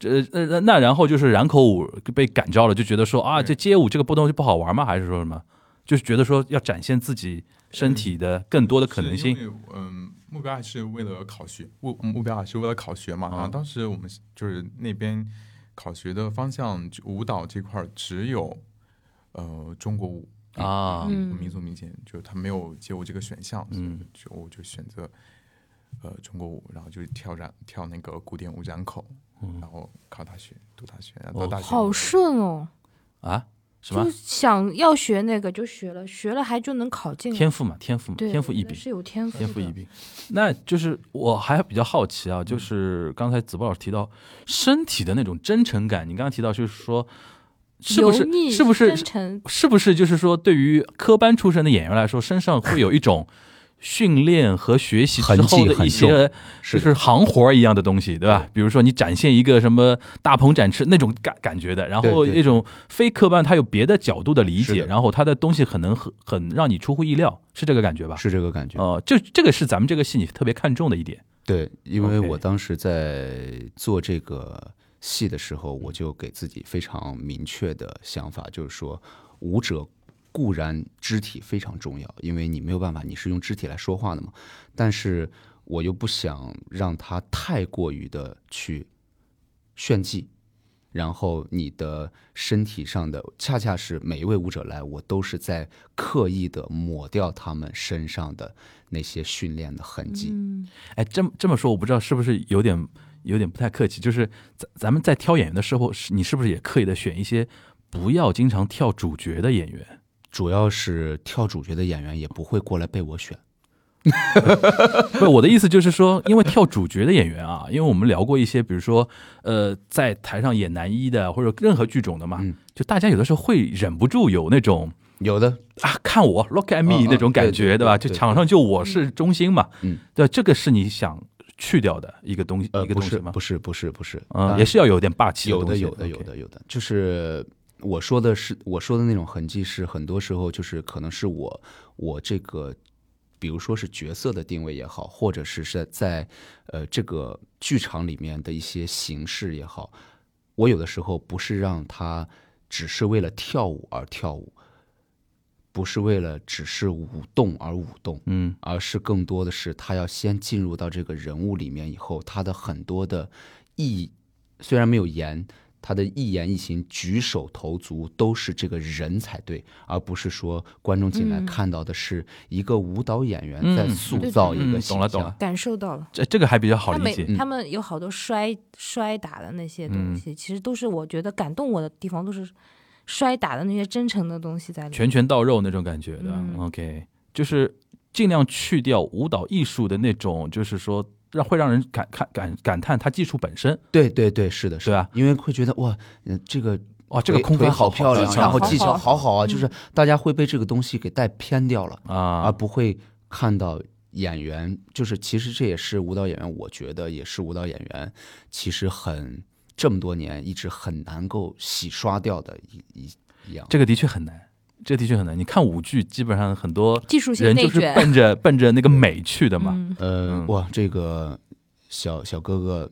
S2: 这呃那那然后就是染口舞被感召了，就觉得说啊，这
S6: 对
S2: 街舞这个不东西不好玩吗？还是说什么？就是觉得说要展现自己身体的更多的可能性。
S6: 是因为嗯，目标还是为了考学，目目标还是为了考学嘛。
S2: 啊
S6: 然后当时我们是就是那边考学的方向，就舞蹈这块儿只有呃中国舞
S2: 啊
S3: 嗯
S6: 民族民间，就是他没有街舞这个选项，所以
S2: 嗯
S6: 就我就选择呃中国舞，然后就跳染跳那个古典舞染口，然后考大学读大学，然后
S2: 嗯哦
S6: 到大学
S3: 好顺哦，
S2: 啊，什
S3: 就
S2: 么
S3: 想要学那个就学了，学了还就能考进来。
S2: 天赋嘛，天赋嘛，
S3: 嗯对，
S2: 天赋异
S3: 那
S2: 禀。
S3: 是有嗯天赋，
S2: 天赋异。禀。那就是我还比较好奇啊，就是刚才子波老师提到身体的那种真诚感，你刚刚提到就是说，是不
S3: 油腻
S2: 是是不是
S3: 真诚？
S2: 是不是就是说，对于科班出身的演员来说，身上会有一种训练和学习之
S4: 痕迹
S2: 后的
S4: 很
S2: 一些
S4: 是
S2: 就是
S4: 的
S2: 行活儿一样的东西，对吧？比如说你展现一个什么大鹏展翅那种感感觉的，然后
S4: 对对
S2: 那种非科班他有别的角度的理
S4: 是
S2: 解，
S4: 的
S2: 然后他的东西可能很很让你出乎意料，是这个感觉吧？
S4: 是这个感觉。
S2: 哦，这这个是咱们这个戏你特别看重的一点。
S4: 对，因为
S2: OK
S4: 我当时在做这个戏的时候，我就给自己非常明确的想法，就是说，舞者固然肢体非常重要，因为你没有办法，你是用肢体来说话的嘛。但是我又不想让他太过于的去炫技，然后你的身体上的，恰恰是每一位舞者来，我都是在刻意的抹掉他们身上的那些训练的痕迹。
S3: 嗯，
S2: 哎，这么这么说，我不知道是不是有点有点不太客气，就是咱咱们在挑演员的时候，是你是不是也刻意的选一些不要经常跳主角的演员？
S4: 主要是跳主角的演员也不会过来被我选。
S2: 不，我的意思就是说，因为跳主角的演员啊，因为我们聊过一些，比如说，呃，在台上演男一的或者任何剧种的嘛，
S4: 嗯
S2: 就大家有的时候会忍不住有那种
S4: 有的
S2: 啊，看我，look at
S4: 嗯
S2: me
S4: 嗯
S2: 那种感
S4: 对
S2: 觉，
S4: 对
S2: 对吧？
S4: 对
S2: 就
S4: 对
S2: 场上就我是中心嘛，
S4: 嗯，
S2: 对，这个是你想去掉的一个东西，
S4: 呃
S2: 一个
S4: 不
S2: 东西
S4: 是
S2: 吗
S4: 不？是不是不是，
S2: 嗯，
S4: 呃
S2: 也是要有点霸气
S4: 有
S2: 东
S4: 的
S2: 西
S4: 有的有
S2: OK
S4: 的有的，就是我说的是我说的那种痕迹是很多时候就是可能是我我这个，比如说是角色的定位也好，或者是是在呃这个剧场里面的一些形式也好，我有的时候不是让他只是为了跳舞而跳舞，不是为了只是舞动而舞动，
S2: 嗯，
S4: 而是更多的是他要先进入到这个人物里面以后，他的很多的意虽然没有言，他的一言一行、举手投足都是这个人才对，而不是说观众进来
S3: 嗯
S4: 看到的是一个舞蹈演员
S2: 嗯
S4: 在
S2: 对
S4: 塑
S3: 对
S4: 造
S3: 对
S4: 哦一个
S2: 嗯
S4: 形
S2: 懂了懂
S4: 象
S2: 了，
S3: 感受到了。
S2: 这这个还比较好
S3: 他
S2: 理
S3: 们
S2: 解，
S4: 嗯
S3: 他们有好多摔摔打的那些东
S2: 嗯
S3: 西，其实都是我觉得感动我的地方，都是摔打的那些真诚的东西在里面。
S2: 拳拳到肉那种感觉的。
S3: 嗯
S2: OK，就是尽量去掉舞蹈艺术的那种，就是说让会让人感看感感叹它技术本身，
S4: 对对对，是的，是
S2: 对
S4: 的
S2: 吧？
S4: 因为会觉得哇，嗯，这个
S2: 哇，这个
S4: 腿
S2: 空
S4: 腿
S2: 翻
S4: 好漂亮，啊
S2: 技巧
S4: 然后
S2: 好
S4: 技巧
S3: 好
S4: 好好啊，
S3: 嗯
S4: 就是大家会被这个东西给带偏掉了。而
S2: 啊，
S4: 不会看到演员，就是其实这也是舞蹈演员，我觉得也是舞蹈演员，其实很这么多年一直很难够洗刷掉的一一一样。
S2: 这个的确很难，这个的确很难。你看舞剧，基本上很多
S3: 技术性
S2: 人
S3: 内
S2: 就是
S3: 卷，
S2: 奔着奔着那个美去的嘛。
S3: 嗯，
S4: 呃，
S2: 嗯
S4: 哇，这个小小哥哥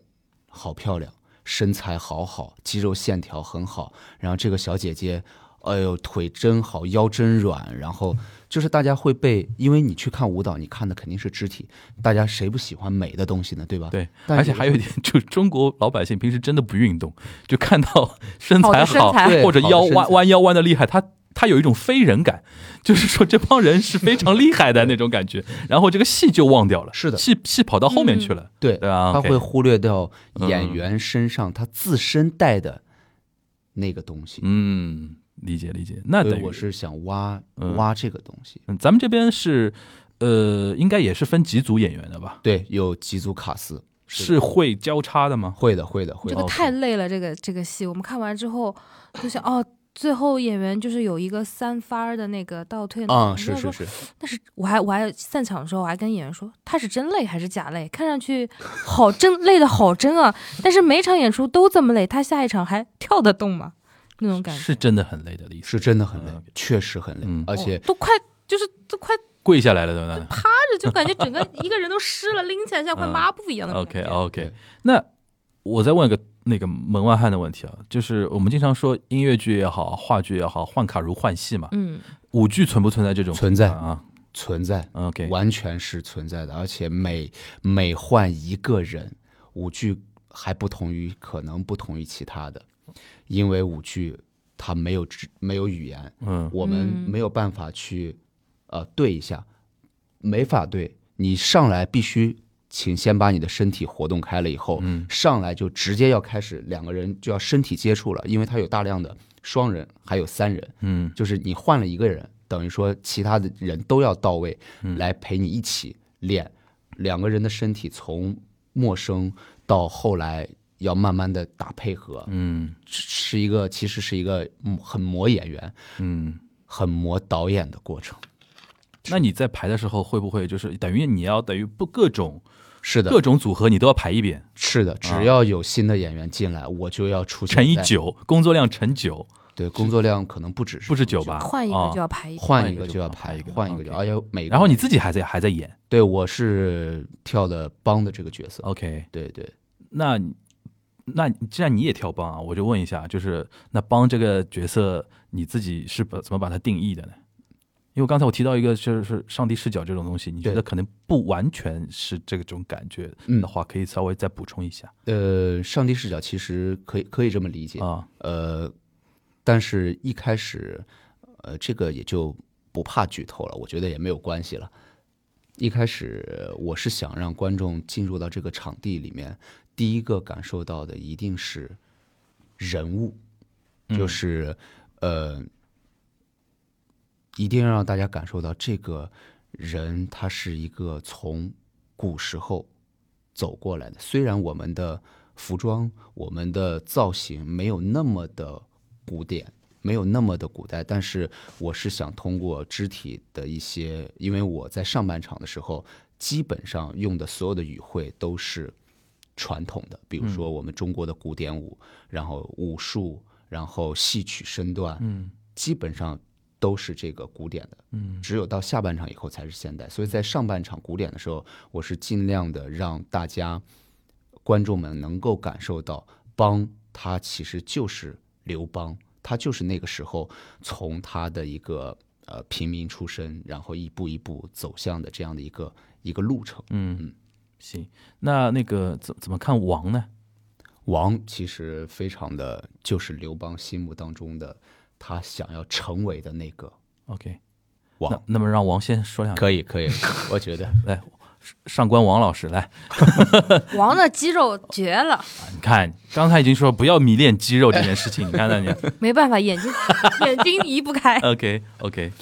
S4: 好漂亮，身材好好，肌肉线条很好，然后这个小姐姐。哎呦，腿真好，腰真软，然后就是大家会被，因为你去看舞蹈，你看的肯定是肢体，大家谁不喜欢美的东西呢？对吧？
S2: 对，
S4: 但
S2: 而且
S4: 有的
S2: 还
S4: 时
S2: 有
S4: 候
S2: 一点，就中国老百姓平时真的不运动，就看到 [laughs] 身
S3: 好
S2: 材
S3: 的身
S2: 好
S3: 材
S4: 对
S2: 或者
S4: 好的
S2: 腰
S4: 身
S2: 弯
S4: 材
S2: 弯腰弯的厉害，他他有一种非人感，就是说这帮人是非常厉害的那种感
S4: [laughs]
S2: 觉，然后这个戏就忘掉了，
S4: 是的嗯
S2: 戏戏跑到后面去了，
S4: 对
S2: 对啊，
S4: 他
S2: OK
S4: 会忽略掉演
S2: 嗯
S4: 员身上他自身带的那个东西。
S2: 嗯，理解理解，那
S4: 所
S2: 等
S4: 以
S2: 于
S4: 我是想挖
S2: 嗯
S4: 挖这个东西。
S2: 嗯咱们这边是呃，应该也是分几组演员的吧？
S4: 对，有几组卡司，是
S2: 是会交叉的吗？
S4: 会的，会的，会
S3: 这
S4: 的
S3: 个。太累了，这个这个戏我们看完之后就想，哦，最后演员就是有一个三番儿的那个倒退，
S4: 啊、
S3: 我
S4: 是
S3: 在
S4: 是
S3: 说
S4: 是，
S3: 但是我还我还散场的时候，我还跟演员说，他是真累还是假累？看上去好真 [laughs] 累的好真啊，但是每场演出都这么累，他下一场还跳得动吗？那种感觉，
S2: 是真的很累的意思，
S4: 是真的很累
S2: 嗯，
S4: 确实很累，
S2: 嗯
S4: 而且
S3: 哦都快就是都快
S2: 跪下来了，对不对？
S3: [laughs] 这就感觉整个一个人都湿了，拎起来像块
S2: 嗯
S3: 抹布一样的那种
S2: OK
S3: 感觉。
S2: OK，
S4: 对
S2: 那我再问个那个门外汉的问题啊，就是我们经常说音乐剧也好，话剧也好，换卡如换戏嘛，
S3: 嗯，
S2: 舞剧存不存在这种
S4: 存在
S2: 啊
S4: 存在，
S2: ？OK，
S4: 完全是存在的。而且每每换一个人，舞剧还不同于可能不同于其他的，因为舞剧它没有肢没有语言，
S2: 嗯
S4: 我们
S3: 嗯
S4: 没有办法去呃对一下，没法对。你上来必须，请先把你的身体活动开了以后，
S2: 嗯
S4: 上来就直接要开始两个人就要身体接触了，因为它有大量的双人还有三人，
S2: 嗯
S4: 就是你换了一个人，等于说其他的人都要到位
S2: 嗯
S4: 来陪你一起练，两个人的身体从陌生到后来要慢慢的打配合，
S2: 嗯
S4: 是一个其实是一个嗯很磨演员。
S2: 嗯。
S4: 很磨导演的过程。
S2: 那你在排的时候会不会就是等于你要等于不各种
S4: 是
S2: 各
S4: 的，
S2: 种组合你都要排一遍，
S4: 是的，只要有新的演员进来，我就要出现
S2: 乘以
S4: 在。
S2: 啊九，工作量乘九，
S4: 对，工作量可能不只是
S2: 不止九吧？
S3: 换一个
S2: 啊
S3: 就要排一个。
S4: 换
S2: 换
S4: 一
S2: 一个
S4: 个
S2: 就
S4: 就要
S2: 要排
S4: 排
S2: 一个
S4: 换一个就，哎
S2: OK
S4: 而且每个
S2: 然后你自己还在还在演
S4: 对我是跳的帮的这个角色，
S2: ，OK？
S4: 对对，
S2: 那你那你既然你也跳帮啊，我就问一下，就是那帮这个角色你自己是把怎么把它定义的呢？因为刚才我提到一个就是上帝视角这种东西，你觉
S4: 对
S2: 得可能不完全是这种感觉
S4: 嗯
S2: 的话，可以稍微再补充一下
S4: 呃，上帝视角其实可以可以这么理解，
S2: 啊。
S4: 呃，但是一开始，呃，这个也就不怕剧透了，我觉得也没有关系了。一开始我是想让观众进入到这个场地里面，第一个感受到的一定是人物，就是、呃，一定要让大家感受到这个人他是一个从古时候走过来的。虽然我们的服装、我们的造型没有那么的古典，没有那么的古代，但是我是想通过肢体的一些，因为我在上半场的时候，基本上用的所有的语汇都是传统的，比如说我们中国的古典舞，然后武术，然后戏曲身段，嗯，基本上。都是这个古典的，嗯，只有到下半场以后才是现代，所以在上半场古典的时候，我是尽量的让大家，观众们能够感受到，邦他其实就是刘邦，他就是那个时候从他的一个呃平民出身，然后一步一步走向的这样的一个一个路程。
S2: 嗯行，那那个怎怎么看王呢？
S4: 王其实非常的就是刘邦心目当中的他想要成为的那个
S2: OK，那
S4: 王。
S2: 那么让王先说两句。
S4: 可以可以，我觉得
S2: 来，上官王老师来，
S3: 王的肌肉绝了，
S2: 你看刚才已经说不要迷恋肌肉这件事情，你看到
S4: [laughs]
S2: 你
S3: 没办法，眼睛 [laughs] 眼睛移不开。
S2: OK OK，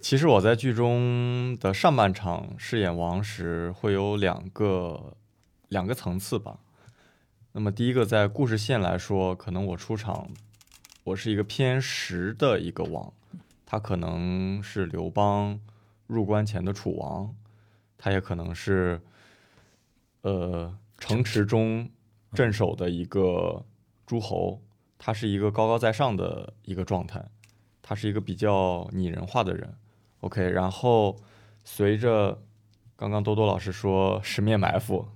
S5: 其实我在剧中的上半场饰演王时，会有两个两个层次吧。那么第一个在故事线来说，可能我出场，我是一个偏实的一个王，他可能是刘邦入关前的楚王，他也可能是，呃，城池中镇守的一个诸侯，他是一个高高在上的一个状态。他是一个比较拟人化的人。OK，然后随着刚刚多多老师说十面埋伏，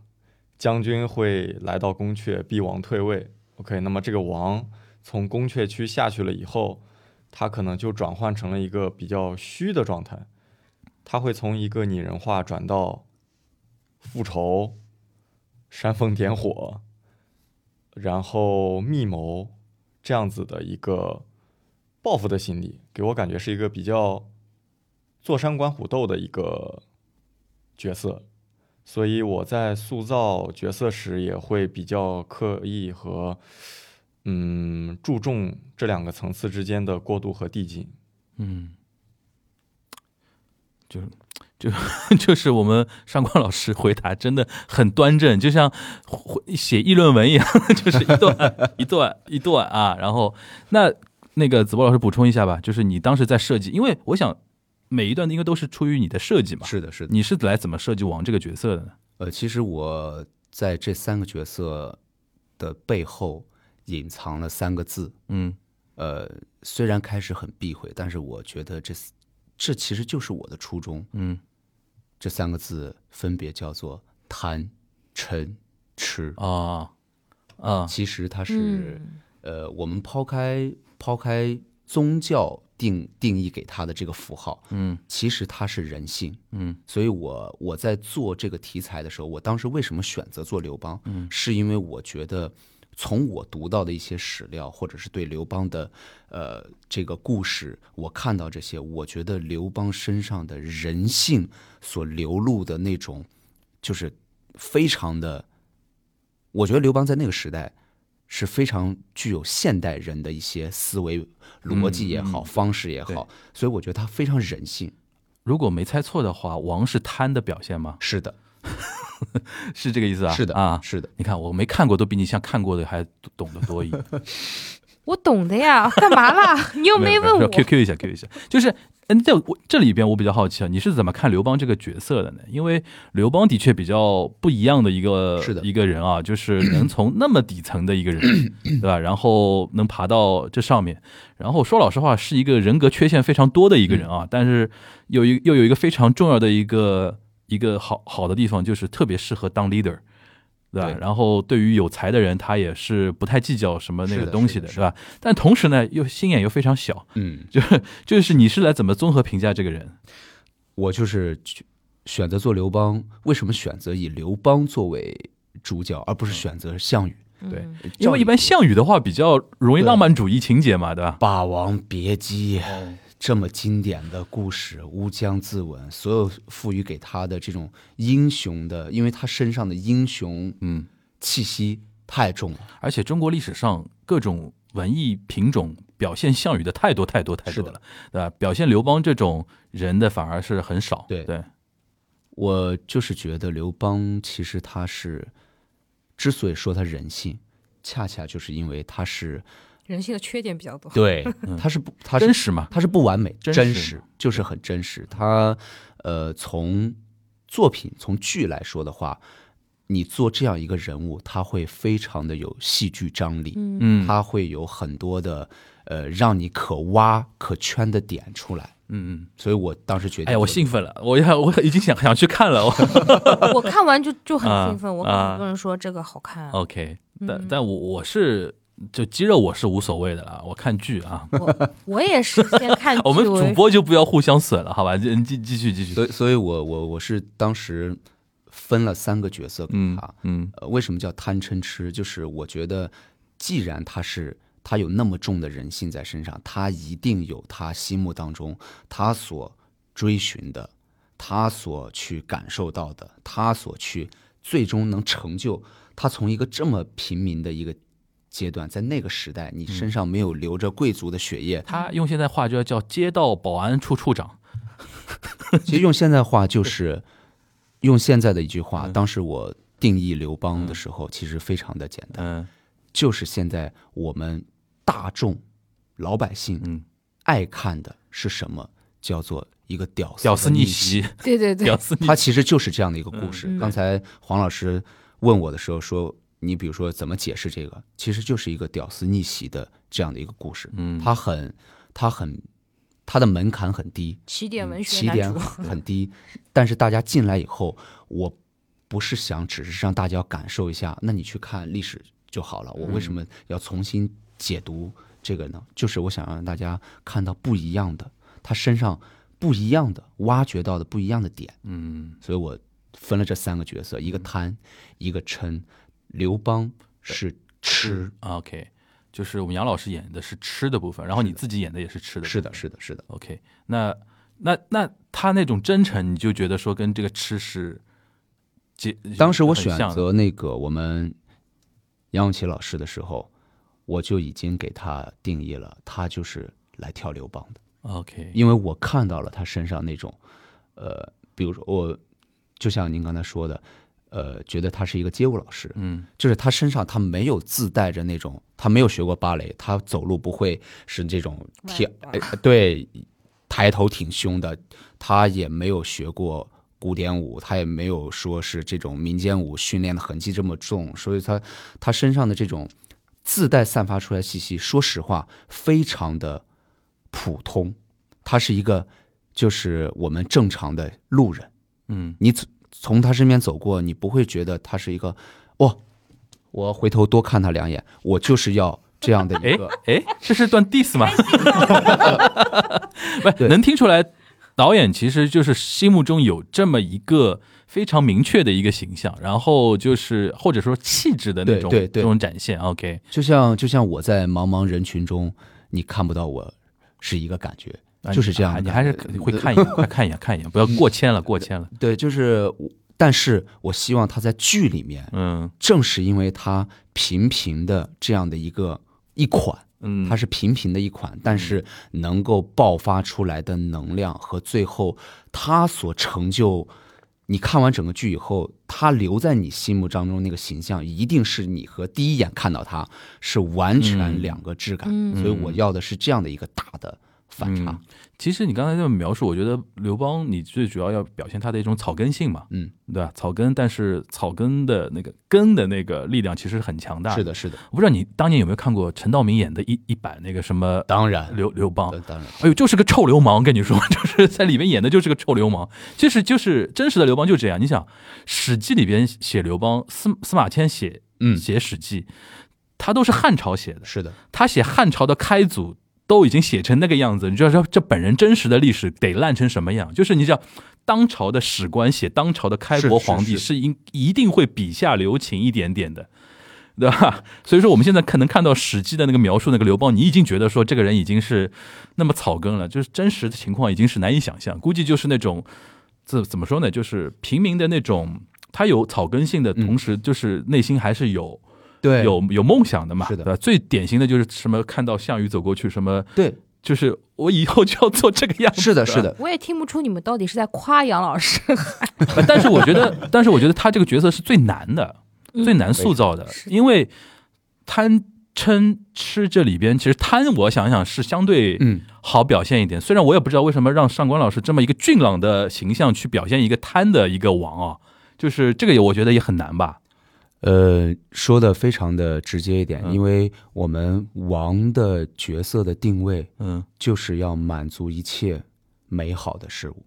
S5: 将军会来到宫阙逼王退位。OK，那么这个王从宫阙区下去了以后，他可能就转换成了一个比较虚的状态，他会从一个拟人化转到复仇、煽风点火，然后密谋这样子的一个报复的心理，给我感觉是一个比较坐山观虎斗的一个角色，所以我在塑造角色时也会比较刻意和嗯注重这两个层次之间的过渡和递进。
S2: 嗯，就就 [laughs] 就是我们上官老师回答真的很端正，就像回写议论文一样， [laughs] 就是一段一段一段啊。然后那那个子波老师补充一下吧，就是你当时在设计，因为我想每一段应该都是出于你的设计嘛，
S4: [laughs] 是的，是的。
S2: 你是来怎么设计王这个角色的呢？
S4: 呃，其实我在这三个角色的背后隐藏了三个字，
S2: 嗯
S4: 呃，虽然开始很避讳，但是我觉得这四这其实就是我的初衷。
S2: 嗯
S4: 这三个字分别叫做贪、嗔、痴。
S2: 啊啊
S4: 其实它是、
S3: 嗯，
S4: 呃，我们抛开抛开宗教定定义给它的这个符号，
S2: 嗯
S4: 其实它是人性。
S2: 嗯
S4: 所以我我在做这个题材的时候，我当时为什么选择做刘邦？嗯，是因为我觉得从我读到的一些史料，或者是对刘邦的呃这个故事，我看到这些，我觉得刘邦身上的人性所流露的那种，就是非常的，我觉得刘邦在那个时代。是非常具有现代人的一些思维逻辑也好，方式也好，所以我觉得他非常人性。
S2: 如果没猜错的话，王是贪的表现吗？
S4: 是的，
S2: 是这个意思啊？
S4: 是的，
S2: 啊，
S4: 是的。
S2: 你看我没看过，都比你像看过的还懂得
S3: [laughs]
S2: 多一点。
S3: 我懂的呀，干嘛啦？ [laughs] 你又没问我。
S2: ，Q Q 一下，Q 一下，就是。嗯，这我这里边我比较好奇啊，你是怎么看刘邦这个角色的呢？因为刘邦的确比较不一样的一个
S4: 是的
S2: 一个人啊，就是能从那么底层的一个
S4: [clears throat]
S2: 人，对吧？然后能爬到这上面，然后说老实话是一个人格缺陷非常多的一个人啊，但是有一又有一个非常重要的一个一个好好的地方，就是特别适合当 leader。对吧？
S4: 对
S2: 然后对于有才的人，他也是不太计较什么那
S4: 是
S2: 个
S4: 的
S2: 东
S4: 是
S2: 西
S4: 的
S2: 的，对
S4: 是
S2: 吧？但同时呢，又心眼又非常小，
S4: 嗯，
S2: 就是你是来怎么综合评价这个人？
S4: 我就是去选择做刘邦，为什么选择以刘邦作为主角，而不是选择项羽？
S2: 对
S3: 嗯
S2: 嗯因为一般项羽的话比较容易
S4: 对
S2: 浪漫主义情节嘛，对吧
S4: 《霸王别姬》
S2: 哦
S4: 这么经典的故事，乌江自刎，所有赋予给他的这种英雄的，因为他身上的英雄
S2: 嗯，
S4: 气息太重了。
S2: 而且中国历史上各种文艺品种表现项羽的太多太多太
S4: 是
S2: 多
S4: 的
S2: 了，对吧？表现刘邦这种人的反而是很少，
S4: 对
S2: 对，
S4: 我就是觉得刘邦其实他是，之所以说他人性，恰恰就是因为他是
S3: 人性的缺点比
S2: [laughs]
S3: 较多。
S4: 对，他是不，他
S2: 嗯真
S4: 是
S2: 实嘛，
S4: 他是不完美，
S2: 真
S4: 真
S2: 实
S4: 就是很真实。他呃，从作品从剧来说的话，你做这样一个人物，他会非常的有戏剧张力，
S3: 嗯
S2: 嗯，
S4: 他会有很多的呃让你可挖可圈的点出来。
S2: 嗯嗯，
S4: 所以我当时决定做，
S2: 哎呀，我兴奋了，我要我已经想想去看
S4: [laughs]
S2: 了，我
S3: 我看完就就
S2: 嗯
S3: 很
S2: 啊
S3: 兴奋，我跟
S2: 啊
S3: 很多人说这个好看。
S2: OK，但
S3: 嗯
S2: 但我我是就肌肉我是无所谓的啦，我看剧
S3: [laughs]
S2: 啊，
S3: 我我也是先看剧，
S2: [laughs] 我们
S3: 为
S2: 主播就不要互相损了，好吧？继继继续继续
S4: 所，以所以我我我是当时分了三个角色给
S2: 嗯
S4: 他，
S2: 嗯
S4: 呃，为什么叫贪嗔痴？就是我觉得，既然他是他有那么重的人性在身上，他一定有他心目当中他所追寻的，他所去感受到的，他所去最终能成就他从一个这么平民的一个阶段，在那个时代，你身上没有流着贵族的
S2: [laughs]
S4: 血液，
S2: 他用现在话就要叫街道保安处处长，
S4: 其实用现在话就是，用现在的一句话，当时我定义刘邦的时候，其实非常的简单。
S2: 嗯
S4: 就是现在我们大众老百姓
S2: 嗯，
S4: 爱看的是什么？叫做一个屌丝
S2: 屌丝
S4: 的
S2: 逆
S4: 逆
S2: 袭，
S3: 对对对
S2: 屌，丝逆
S4: 它其实就是这样的一个故事。
S3: 嗯
S4: 刚才黄老师问我的时候说，你比如说怎么解释这个，其实就是一个屌丝逆袭的这样的一个故事。
S2: 嗯
S4: 它很，它很，它的门槛很低，
S2: 嗯
S3: 起点文学
S4: 嗯起
S3: 男
S4: 点
S3: 主，
S4: 很低，但是大家进来以后，我不是想只是让大家感受一下，那你去看历史就好了。我为什么要重新解读这个呢？就是我想让大家看到不一样的，他身上不一样的，挖掘到的不一样的点。
S2: 嗯，
S4: 所以我分了这三个角色，一个贪，一个嗔，刘邦是吃，
S2: 啊 OK，就是我们杨老师演的是吃的部分，然后你自己演的也是吃的，
S4: 是的，是的，是的。
S2: OK，那那那他那种真诚，你就觉得说跟这个吃是结，
S4: 当时我
S2: 很
S4: 选
S2: 像的
S4: 择那个我们杨永琪老师的时候，我就已经给他定义了，他就是来跳刘邦的，
S2: OK，
S4: 因为我看到了他身上那种，呃，比如说我，就像您刚才说的，呃，觉得他是一个街舞老师，
S2: 嗯
S4: 就是他身上他没有自带着那种，他没有学过芭蕾，他走路不会是这种挺
S3: 弯
S4: 呃对抬头挺胸的，他也没有学过古典舞，他也没有说是这种民间舞训练的痕迹这么重，所以他他身上的这种自带散发出来的气息，说实话非常的普通，他是一个就是我们正常的路人。
S2: 嗯
S4: 你从从他身边走过，你不会觉得他是一个哇，我回头多看他两眼，我就是要这样的一个。
S2: 哎，这是段 diss
S4: [laughs]
S2: 吗？不，
S4: 对
S2: 能听出来，导演其实就是心目中有这么一个非常明确的一个形象，然后就是或者说气质的那种
S4: 对对
S2: 这
S4: 对
S2: 种展现。OK，
S4: 就像就像我在茫茫人群中，你看不到我，是一个感觉，
S2: 啊
S4: 就是这样
S2: 你
S4: 的
S2: 啊你还
S4: 感
S2: 是
S4: 觉
S2: 会看一眼，快看一眼，看一眼，不要过谦了，过谦了。
S4: 对，就是我。但是我希望他在剧里面，
S2: 嗯
S4: 正是因为他平平的这样的一个一款，
S2: 嗯，
S4: 它是平平的一款，但是能够爆发出来的能量和最后它所成就，你看完整个剧以后，它留在你心目当中那个形象，一定是你和第一眼看到它是完全两个质感。
S3: 嗯
S4: 所以我要的是这样的一个大的反差。
S2: 嗯其实你刚才这么描述，我觉得刘邦你最主要要表现他的一种草根性嘛，
S4: 嗯，
S2: 对吧？草根，但是草根的那个根的那个力量其实很强大。
S4: 嗯是，的，是的，
S2: 我不知道你当年有没有看过陈道明演的一一版那个什么
S4: 当然，
S2: 刘刘邦。
S4: 当当然，
S2: 哎呦，就是个臭流氓，跟你说， [laughs] 就是在里面演的就是个臭流氓，就是就是真实的刘邦就这样。你想，《史记》里边写刘邦，司司马迁写
S4: 嗯，
S2: 写《史记》，他都是汉朝写的，
S4: 是的，
S2: 他写汉朝的开祖都已经写成那个样子，你知道这这本人真实的历史得烂成什么样？就是你想，当朝的史官写当朝的开国
S4: 是是
S2: 皇帝
S4: 是
S2: 是应一定会笔下留情一点点的。对吧？所以说我们现在可能看到《史记》的那个描述，那个刘邦，你已经觉得说这个人已经是那么草根了，就是真实的情况已经是难以想象，估计就是那种怎怎么说呢，就是平民的那种，他有草根性的
S4: 嗯
S2: 同时，就是内心还是有
S4: 对，
S2: 有有梦想的嘛，
S4: 是的
S2: 对吧？最典型的就是什么看到项羽走过去，什么
S4: 对，
S2: 就是我以后就要做这个样子。
S4: 是啊的，是的，
S3: [laughs] 我也听不出你们到底是在夸杨老师，
S2: 呃 [laughs] 但是我觉得，但是我觉得他这个角色是最难的，最难塑造的，
S3: 是
S2: 因为贪嗔痴这里边，其实贪我想想是相对
S4: 嗯，
S2: 好表现一点。虽然我也不知道为什么让上官老师这么一个俊朗的形象去表现一个贪的一个王啊，就是这个也我觉得也很难吧。
S4: 呃，说的非常的直接一点，
S2: 嗯
S4: 因为我们王的角色的定位
S2: 嗯
S4: 就是要满足一切美好的事物，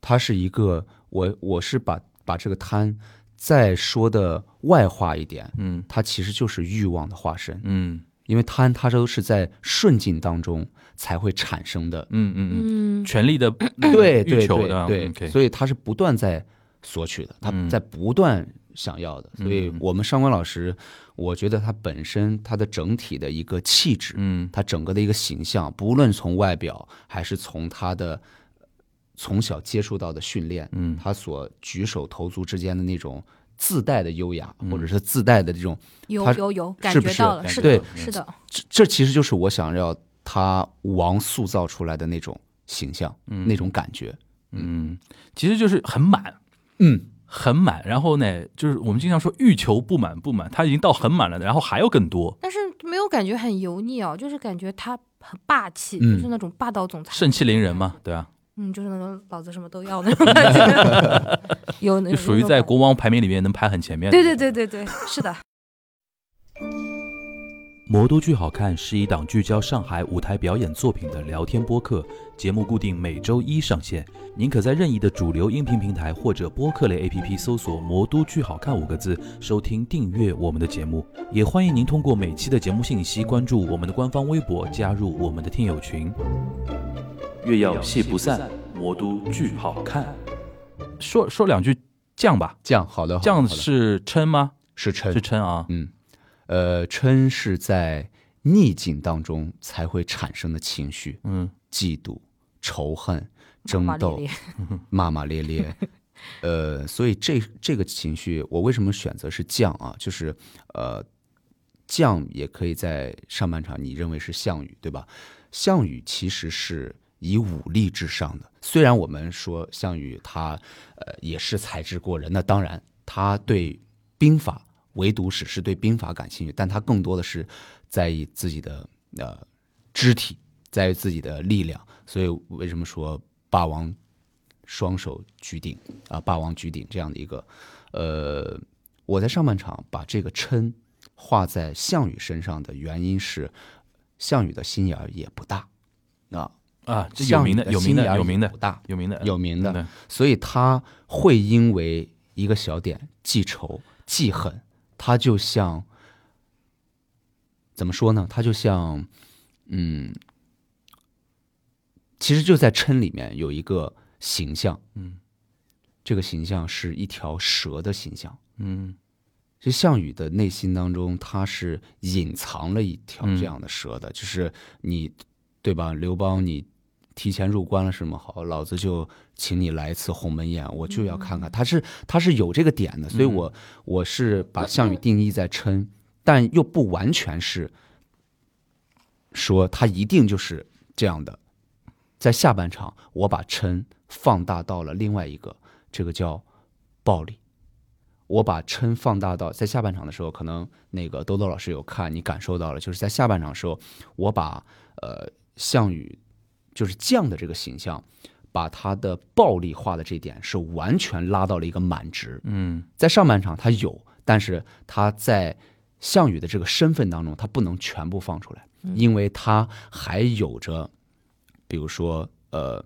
S4: 它是一个我我是把把这个贪再说的外化一点，
S2: 嗯
S4: 它其实就是欲望的化身，
S2: 嗯
S4: 因为贪它都是在顺境当中才会产生的，
S2: 嗯嗯
S3: [laughs] 嗯
S2: 嗯，，权力的
S4: 对
S2: 欲
S4: 对
S2: 求的啊
S4: 对对，
S2: OK
S4: 所以它是不断在索取的，它
S2: 嗯
S4: 在不断想要的，所以
S2: 嗯嗯
S4: 我们上官老师，我觉得他本身他的整体的一个气质，
S2: 嗯
S4: 他整个的一个形象，不论从外表还是从他的呃从小接触到的训练，
S2: 嗯
S4: 他所举手投足之间的那种自带的优雅，
S2: 嗯
S4: 或者是自带的这种，
S3: 有
S4: 他
S3: 有有，感
S4: 是不
S3: 觉
S4: 是
S3: 到了，
S2: 感
S3: 是
S2: 觉
S3: 的
S2: 到，
S3: 是的，
S4: 这这其实就是我想要他王塑造出来的那种形象，
S2: 嗯
S4: 那种感觉，
S2: 嗯，其实就是很满，
S4: 嗯，
S2: 很满。然后呢，就是我们经常说欲求不满不满，他已经到很满了，然后还有更多，
S3: 但是没有感觉很油腻哦，就是感觉他很霸气，
S4: 嗯
S3: 就是那种霸道总裁，
S2: 盛气凌人嘛，对吧、
S3: 嗯，就是那种老子什么都要那种感觉，
S2: [laughs]
S3: 有那
S2: 就属于
S3: 有那种
S2: 在
S3: 感觉
S2: 国王排名里面能排很前面的。
S3: 对对对对对，是 [laughs] 的，
S8: 《魔都剧好看》是一档聚焦上海舞台表演作品的聊天播客，节目固定每周一上线。您可在任意的主流音频平台或者播客类 APP 搜索“魔都剧好看”五个字，收听订阅我们的节目。也欢迎您通过每期的节目信息关注我们的官方微博，加入我们的听友群。月要戏不散，魔都剧好看。
S2: 说说两句酱吧，
S4: 这样好的，好的
S2: 酱
S4: 好的
S2: 是嗔吗？
S4: 是称
S2: 是嗔啊。
S4: 嗯，呃，嗔是在逆境当中才会产生的情绪，
S2: 嗯
S4: 嫉妒、仇恨、争
S3: 骂
S4: 斗
S3: 咧、
S4: 骂骂咧咧。呃，所以这这个情绪，我为什么选择是犟啊？就是呃，犟也可以在上半场你认为是项羽，对吧？项羽其实是以武力至上的，虽然我们说项羽他呃也是才智过人，那当然他对兵法唯独只是对兵法感兴趣，但他更多的是在意自己的呃肢体，在于自己的力量。所以为什么说霸王双手举鼎啊，霸王举鼎这样的一个呃，我在上半场把这个嗔画在项羽身上的原因是，项羽的心眼儿也不大啊，
S2: 嗯啊，这有
S4: 项羽
S2: 名的有名
S4: 心眼
S2: 的
S4: 儿
S2: 有名
S4: 也
S2: 的
S4: 不大
S2: 有名的嗯
S4: 有名的，
S2: 对
S4: 所以他会因为一个小点记仇、记恨，他就像怎么说呢？他就像，嗯，其实就在嗔里面有一个形象，
S2: 嗯，
S4: 这个形象是一条蛇的形象。
S2: 嗯
S4: 这项羽的内心当中，他是隐藏了一条
S2: 嗯
S4: 这样的蛇的，就是你，对吧？刘邦，你提前入关了是吗？好，老子就请你来一次鸿门宴，我
S2: 嗯
S4: 就要看看。他是他是有这个点的，所以我、我是把项羽定义在嗔，但又不完全是说他一定就是这样的。在下半场，我把嗔放大到了另外一个，这个叫暴力。我把嗔放大到在下半场的时候，可能那个兜兜老师有看，你感受到了，就是在下半场的时候，我把呃项羽就是将的这个形象，把他的暴力化的这点是完全拉到了一个满值。
S2: 嗯
S4: 在上半场他有，但是他在项羽的这个身份当中，他不能全部放出来，因为他还有着，比如说呃，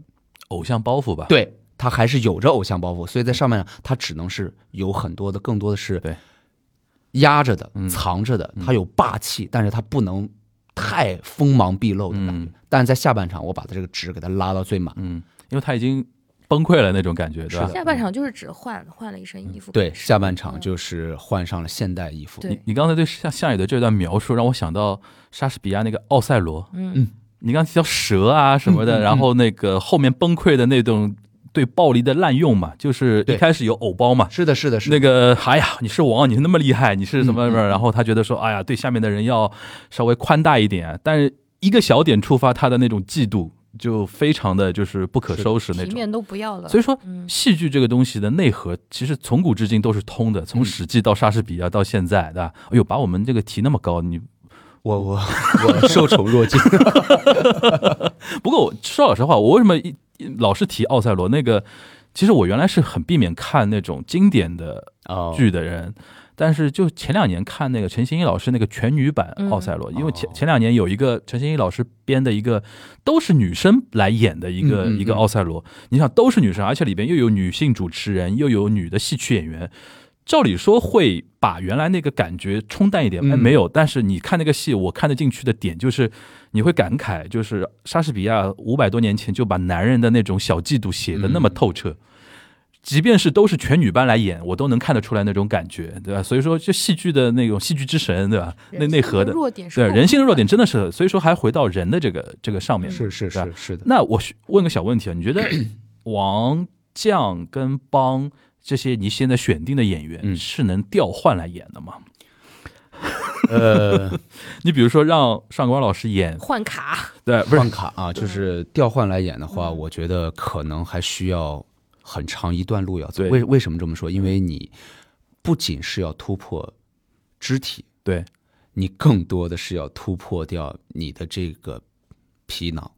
S8: 偶像包袱吧，
S4: 对他还是有着偶像包袱，所以在上半场他只能是有很多的，更多的是
S2: 对
S4: 压着的、藏着的，他有霸气，但是他不能太锋芒毕露的感觉。
S2: 嗯
S4: 但是在下半场，我把他这个值给他拉到最满。
S2: 嗯，因为他已经崩溃了那种感觉，对吧？
S7: 下半场就是只换换了一身
S3: 嗯
S7: 衣服，
S4: 对，嗯下半场就是换上了现代衣服。
S7: 对
S2: 你刚才对夏夏雨的这段描述，让我想到莎士比亚那个《奥赛罗》。
S4: 嗯，
S2: 你刚才提到蛇啊什么的，然后那个后面崩溃的那种对暴力的滥用嘛，就是一
S4: 对
S2: 开始有偶包嘛。
S4: 是的，是的，是的
S2: 那个，哎呀，你是王，你是那么厉害，你是什么什么？然后他觉得说，哎呀，对下面的人要稍微宽大一点，但是一个小点触发他的那种嫉妒，就非常的就是不可收拾那
S7: 皮
S2: 种。
S7: 面都不要了。
S2: 所以说，
S7: 嗯，
S2: 戏剧这个东西的内核，其实从古至今都是通的，从《史记》到莎士比亚到现在，对吧？哎呦，把我们这个提那么高，你
S4: 我我 [laughs] 我受宠若惊。
S2: 不过我说老实话，我为什么一一老是提奥赛罗那个？其实我原来是很避免看那种经典的
S4: 哦
S2: 剧的人，但是就前两年看那个陈欣一老师那个全女版
S7: 嗯
S2: 《奥赛罗》，因为
S4: 哦
S2: 前前两年有一个陈欣一老师编的一个都是女生来演的一个、
S4: 嗯嗯
S2: 一个《奥赛罗》，你想都是女生，而且里边又有女性主持人，又有女的戏曲演员。照理说会把原来那个感觉冲淡一点，哎，
S4: 嗯
S2: 没有。但是你看那个戏，我看得进去的点就是，你会感慨，就是莎士比亚五百多年前就把男人的那种小嫉妒写的那
S4: 嗯
S2: 么透彻，即便是都是全女班来演，我都能看得出来那种感觉，对吧？所以说，就戏剧的那种戏剧之神，对吧？那
S7: 人
S2: 内
S7: 性
S2: 核
S7: 的
S2: 的，
S7: 弱点是
S2: 对
S7: 后
S2: 人性的弱点真的是，所以说还回到人的这个这个上面。
S4: 是是
S2: 对吧
S4: 是是的，
S2: 那我是问个小问题啊，你
S4: [clears throat]
S2: 觉得王将跟帮这些你现在选定的演员
S4: 嗯
S2: 是能调换来演的吗？ [laughs]
S4: 呃，
S2: 你比如说让上官老师
S4: [laughs]
S2: 演，
S7: 换卡，
S2: 对，不是
S4: 换卡啊，就是调换来演的话，我觉得可能还需要很长一段路要走。
S2: 对
S4: 为为什么这么说？因为你不仅是要突破肢体，
S2: 对，
S4: 你更多的是要突破掉你的这个皮囊，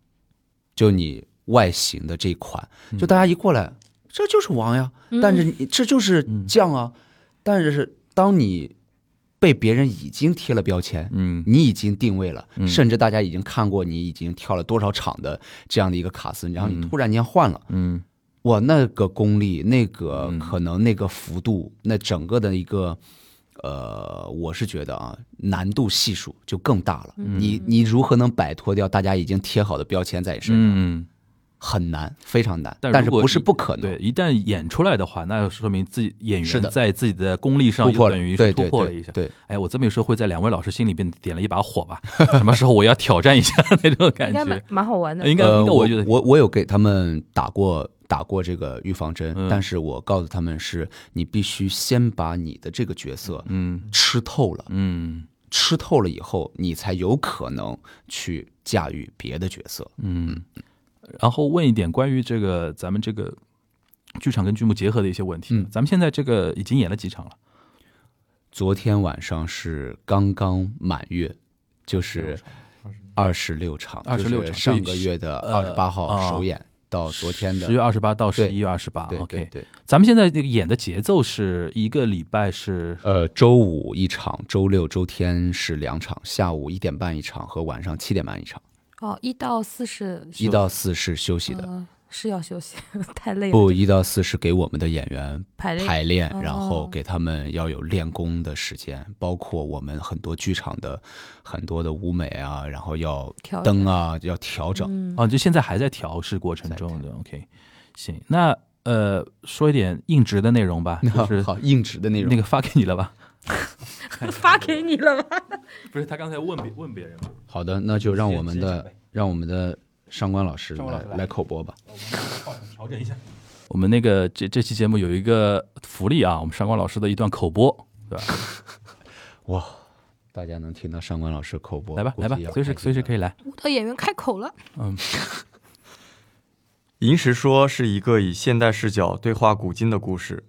S4: 就你外形的这一款，
S2: 嗯
S4: 就大家一过来，这就是王呀，
S3: 嗯
S4: 但是你这就是
S2: 嗯
S4: 将啊，但是当你被别人已经贴了标签，
S2: 嗯
S4: 你已经定位了，
S2: 嗯
S4: 甚至大家已经看过你已经跳了多少场的这样的一个卡司，然后你突然间换了，
S2: 嗯
S4: 哇，那个功力，那个可能，那个幅度，那整个的一个。呃，我是觉得啊，难度系数就更大了。
S2: 嗯
S4: 你你如何能摆脱掉大家已经贴好的标签在你身上？
S2: [laughs] 嗯，
S4: 很难，非常难。
S2: 但
S4: 但
S2: 如
S4: 是
S2: 果
S4: 不是
S2: 你
S4: 不可能？
S2: 对，一旦演出来的话，那就说明自己演
S4: 是
S2: 员
S4: 的
S2: 在自己的功力上
S4: 突
S2: 又
S4: 破了，
S2: 等于
S4: 对
S2: 是
S4: 对
S2: 突
S4: 对
S2: 破了一下。
S4: 对，
S2: 哎，我这么一说，会在两位老师心里边点了一把火吧？什么时候我要挑战一
S3: [laughs]
S2: 下那种感
S3: 应该蛮
S2: 觉？
S3: 蛮好玩的。
S2: 应该，
S4: 呃
S2: 应该，
S4: 我
S2: 觉得，
S4: 我我有给他们打过打过这个预防针，
S2: 嗯
S4: 但是我告诉他们是，你必须先把你的这个角色
S2: 嗯
S4: 吃透了，
S2: 嗯
S4: 吃透了以后，你才有可能去驾驭别的角色。
S2: 嗯。然后问一点关于这个咱们这个剧场跟剧目结合的一些问题。
S4: 嗯
S2: 咱们现在这个已经演了几场了？
S4: 昨天晚上是刚刚满月，就是二十六场，
S2: 26场
S4: 就是上个月的
S2: 呃
S4: 二十八号
S2: 啊
S4: 首演到哦昨天的
S2: 十月二十八到
S4: 对
S2: 十一月二十八。
S4: 对对
S2: OK，
S4: 对，
S2: 咱们现在这个演的节奏是一个礼拜是
S4: 呃，周五一场，周六、周天是两场，下午一点半一场和晚上七点半一场，
S7: 哦，一到四是
S4: 一到四是休息的，
S7: 呃是要休息，太累了，
S4: 不，一到四是给我们的演员
S7: 排练
S3: [laughs]
S4: 排练，
S7: 哦
S4: 然后给他们要有练功的时间，包括我们很多剧场的很多的舞美啊，然后要
S7: 调
S4: 灯啊，要调整。 [laughs]
S7: 嗯，
S2: 啊，就现在还在调试过程中的。OK，行，那呃，说一点硬直的内容吧，
S4: 那
S2: 就是
S4: [laughs] 好硬直的内容，
S2: 那个发给你了吧？
S7: 发给你了吧？
S2: 不是，他刚才问别问别人嘛，
S4: 好的，那就让我们
S2: 直接讲
S4: 的
S2: 呗
S4: 让我们的上官老师
S2: 上官老师来
S4: 来口播吧。
S2: 调整一下。我们那个这这期节目有一个福利啊，我们上官老师的一段口播，对吧？
S4: 哇，大家能听到上官老师口播，
S2: 来吧，来吧，随时随时可
S4: 以。
S2: 以来。
S7: 舞蹈演员开口了，
S5: 《银石说》是一个以现代视角对话古今的故事，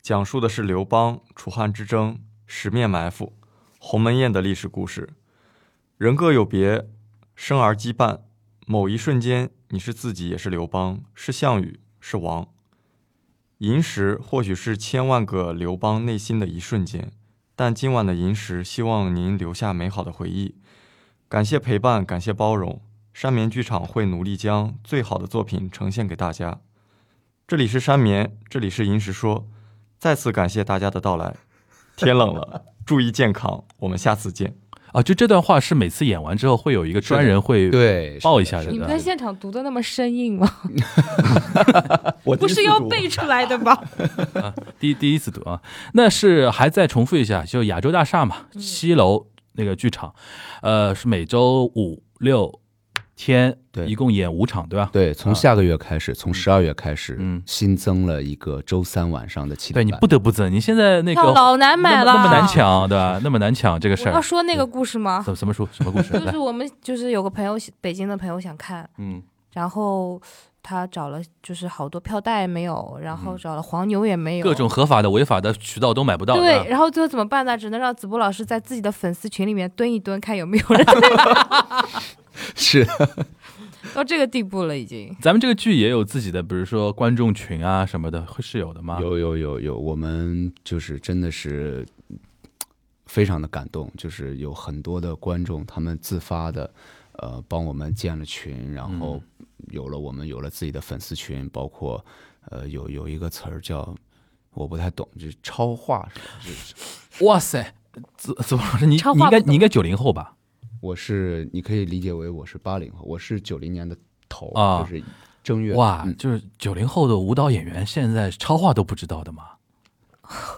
S5: 讲述的是刘邦、楚汉之争、十面埋伏、鸿门宴的历史故事。人各有别，生而羁绊，某一瞬间，你是自己，也是刘邦，是项羽，是王。寅时或许是千万个刘邦内心的一瞬间，但今晚的寅时，希望您留下美好的回忆。感谢陪伴，感谢包容。山眠剧场会努力将最好的作品呈现给大家。这里是山眠，这里是银石说，再次感谢大家的到来。天冷了， [laughs] 注意健康，我们下次见。
S2: 啊，就这段话是每次演完之后会有一个专人会
S4: 对，是
S2: 报一
S4: 的
S2: 下
S4: 是
S2: 的
S4: 的
S3: 你们
S2: 对
S3: 在现场读的那么生硬吗？
S5: 我
S3: 不是要背出来的吧？
S2: 第第一次读啊，那是还再重复一下，就亚洲大厦嘛，
S3: 嗯
S2: 七楼那个剧场，呃，是每周五六天，
S4: 对
S2: 一共演五场，对吧？
S4: 对，从下个月开始，从十二月开始，
S2: 啊嗯
S4: 新增了一个周三晚上的七
S2: 对
S4: 点
S2: 你
S4: 半
S2: 不得不增，你现在那个
S3: 票老难买了
S2: 那么那么难抢，对吧？那么难抢这个事
S3: 我要
S2: 儿，
S3: 说那个故事吗？
S2: 怎什么说什么故事？
S3: 就
S2: [laughs] 来
S3: 是，我们就是有个朋友，北京的朋友想看，
S2: 嗯
S3: 然后他找了就是好多票代没有，然后
S2: 嗯
S3: 找了黄牛也没有，
S2: 各种合法的、违法的渠道都啊买不到，
S3: 对，
S2: 吧
S3: 然后最后怎么办呢？只能让子波老师在自己的粉丝群里面蹲一蹲，看有没有
S2: [laughs]
S3: 人
S4: 是
S3: [laughs] 到这个地步了，已经。
S2: 咱们这个剧也有自己的，比如说观众群啊什么的，会是有的吗？
S4: 有有有有，我们就是真的是非常的感动，就是有很多的观众他们自发的，呃，帮我们建了群，然后
S2: 嗯
S4: 有了我们有了自己的粉丝群，包括呃有有一个词儿叫。我不太懂，就是超话是吧。
S2: [laughs]
S4: 就是
S2: 哇塞，子子老师，你
S3: 超
S2: 你
S3: 话
S2: 应该
S3: 不懂
S2: 你应该九零后吧？
S4: 我是你可以理解为我是八零后，我是九零年的头，
S2: 啊
S4: 就是正月
S2: 哇
S4: 嗯，
S2: 就是九零后的舞蹈演员，现在超话都不知道的嘛？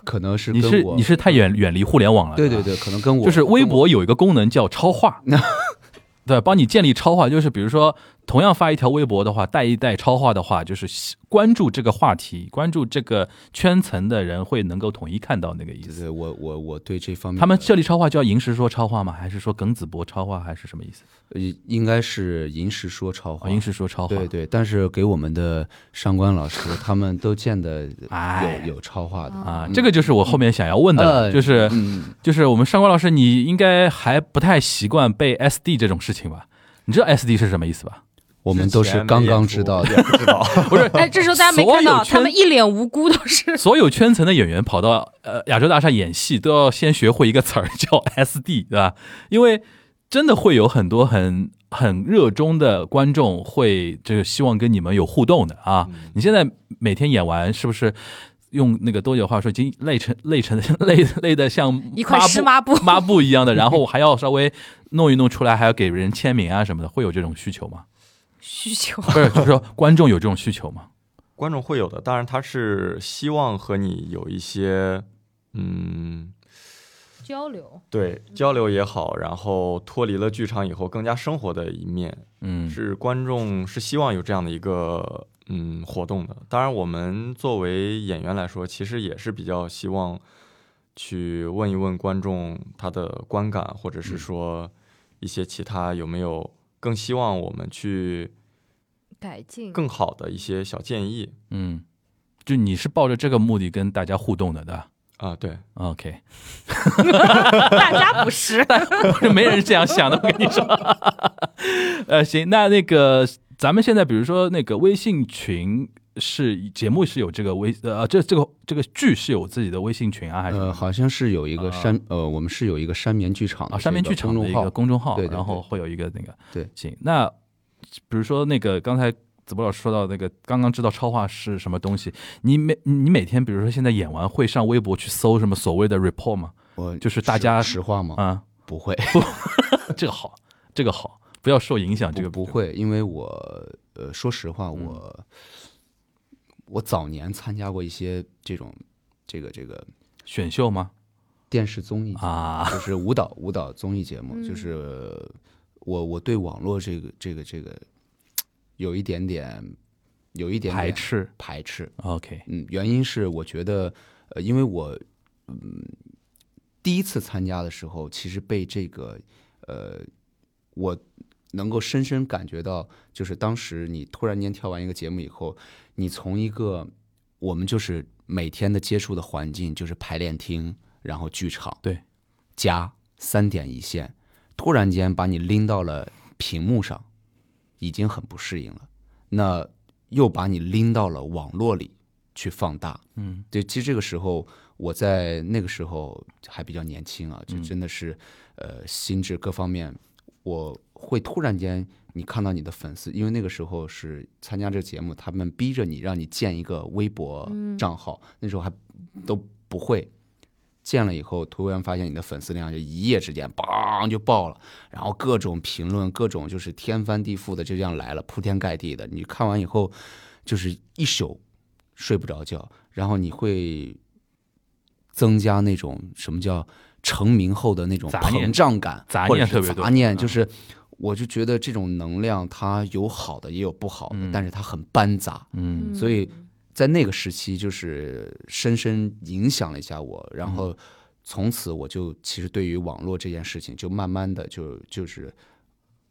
S4: 可能是
S2: 你
S4: 跟
S2: 是
S4: 我
S2: 你是太远远离互联网了，
S4: 对
S2: 吧
S4: 对对，可能跟我
S2: 就是微
S4: 跟我
S2: 博有一个功能叫超话， [laughs]
S4: [laughs]
S2: 对，帮你建立超话，就是比如说同样发一条微博的话，带一带超话的话，就是喜关注这个话题，关注这个圈层的人会能够统一看到那个意
S4: 对
S2: 思。
S4: 对，我我我对这方面
S2: 他们
S4: 的
S2: 设立超话叫银石说超话吗？还是说耿子博超话？还是什么意思？
S4: 呃应该是银石说超话，
S2: 哦，银石说超话。
S4: 对对，但是给我们的上官老师他们都
S2: [laughs]
S4: 见的
S2: 哎
S4: 有有超话的，
S2: 啊，这个就是我后面想要问的了，
S4: 嗯呃
S2: 就是
S4: 嗯，
S2: 就是我们上官老师，你应该还不太习惯被 SD 这种事情吧？你知道 SD 是什么意思吧？
S4: 我们都是刚刚知道的，
S5: 也不知道。 [laughs]
S2: 不是，
S3: 哎，这时候大家没看
S2: 所有
S3: 到，
S2: 圈
S3: 他们一脸无辜，都是
S2: 所有圈层的演员跑到呃亚洲大厦演戏，都要先学会一个词儿 [laughs] 叫 SD，对吧？因为真的会有很多很很热衷的观众会这个希望跟你们有互动的啊。你现在每天演完是不是？用那个多久话说，已经累成累成 [laughs] 累累的像
S3: 一块湿
S2: 抹
S3: 抹布
S2: [laughs] 抹布一样的，然后还要稍微弄一弄出来，还要给人签名啊什么的，会有这种需求吗？
S3: 需求。
S2: 不是，就是说观众有这种需求吗？
S5: 观众会有的，当然他是希望和你有一些，嗯，
S7: 交流，
S5: 对交流也好，然后脱离了剧场以后更加生活的一面，
S2: 嗯，
S5: 是观众是希望有这样的一个嗯活动的。当然，我们作为演员来说，其实也是比较希望去问一问观众他的观感，或者
S2: 嗯
S5: 是说一些其他有没有更希望我们去
S7: 改进，
S5: 更好的一些小建议
S2: 嗯，就你是抱着这个目的跟大家互动的，对吧
S5: 啊，对。
S2: ？OK，
S3: 大家
S2: [laughs]
S3: 不是，
S2: 就没人这样想的，我跟你说。 [laughs] 呃，行，那那个咱们现在比如说那个微信群是节目是有这个微呃这这个这个剧是有自己的微信群啊，还是
S4: 呃，好像是有一个山呃，我们是有一个山眠剧场的
S2: 啊，山面
S4: 这
S2: 剧
S4: 个
S2: 场的
S4: 公众
S2: 一
S4: 号
S2: 个公众号，
S4: 对对对
S2: 然后会有一个那个
S4: 对
S2: 行。那比如说那个刚才子博老师说到那个刚刚知道超话是什么东西，你每你每天比如说现在演完会上微博去搜什么所谓的 report 吗？
S4: 我
S2: 就是大家
S4: 实实话吗？
S2: 啊、
S4: 不会，
S2: 这个好，这个好，不嗯要受影响，这个
S4: 不不。会，因为我呃，说实话，我我早年参加过一些这种这个这个
S2: 选秀吗？
S4: 电视综艺节目
S2: 啊，嗯
S4: 就是舞蹈舞蹈综艺节目，就是我我对网络这个这个这个有一点点有一点点
S2: 排斥。
S4: 排斥，
S2: OK，
S4: 嗯，原因是我觉得呃，因为我嗯第一次参加的时候，其实被这个呃我。能够深深感觉到，就是当时你突然间跳完一个节目以后，你从一个我们就是每天的接触的环境，就是排练厅，然后剧场，
S2: 对，
S4: 加三点一线，突然间把你拎到了屏幕上，已经很不适应了，那又把你拎到了网络里去放大，
S2: 嗯，
S4: 对，其实这个时候我在那个时候还比较年轻啊，就真的是、呃心智各方面，我会突然间你看到你的粉丝，因为那个时候是参加这个节目，他们逼着你让你建一个微博账号，那时候还都不会。建了以后，突然发现你的粉丝量就一夜之间梆就爆了，然后各种评论，各种就是天翻地覆的就这样来了，铺天盖地的。你看完以后，就是一宿睡不着觉，然后你会增加那种什么叫成名后的那种
S2: 杂念
S4: 膨胀感，
S2: 杂
S4: 或者
S2: 念
S4: 是
S2: 特别多
S4: 杂念
S2: 嗯
S4: 就是，我就觉得这种能量它有好的也有不好的，
S2: 嗯
S4: 但是它很班杂，
S2: 嗯
S4: 所以在那个时期就是深深影响了一下我，然后从此我就其实对于网络这件事情就慢慢的就就是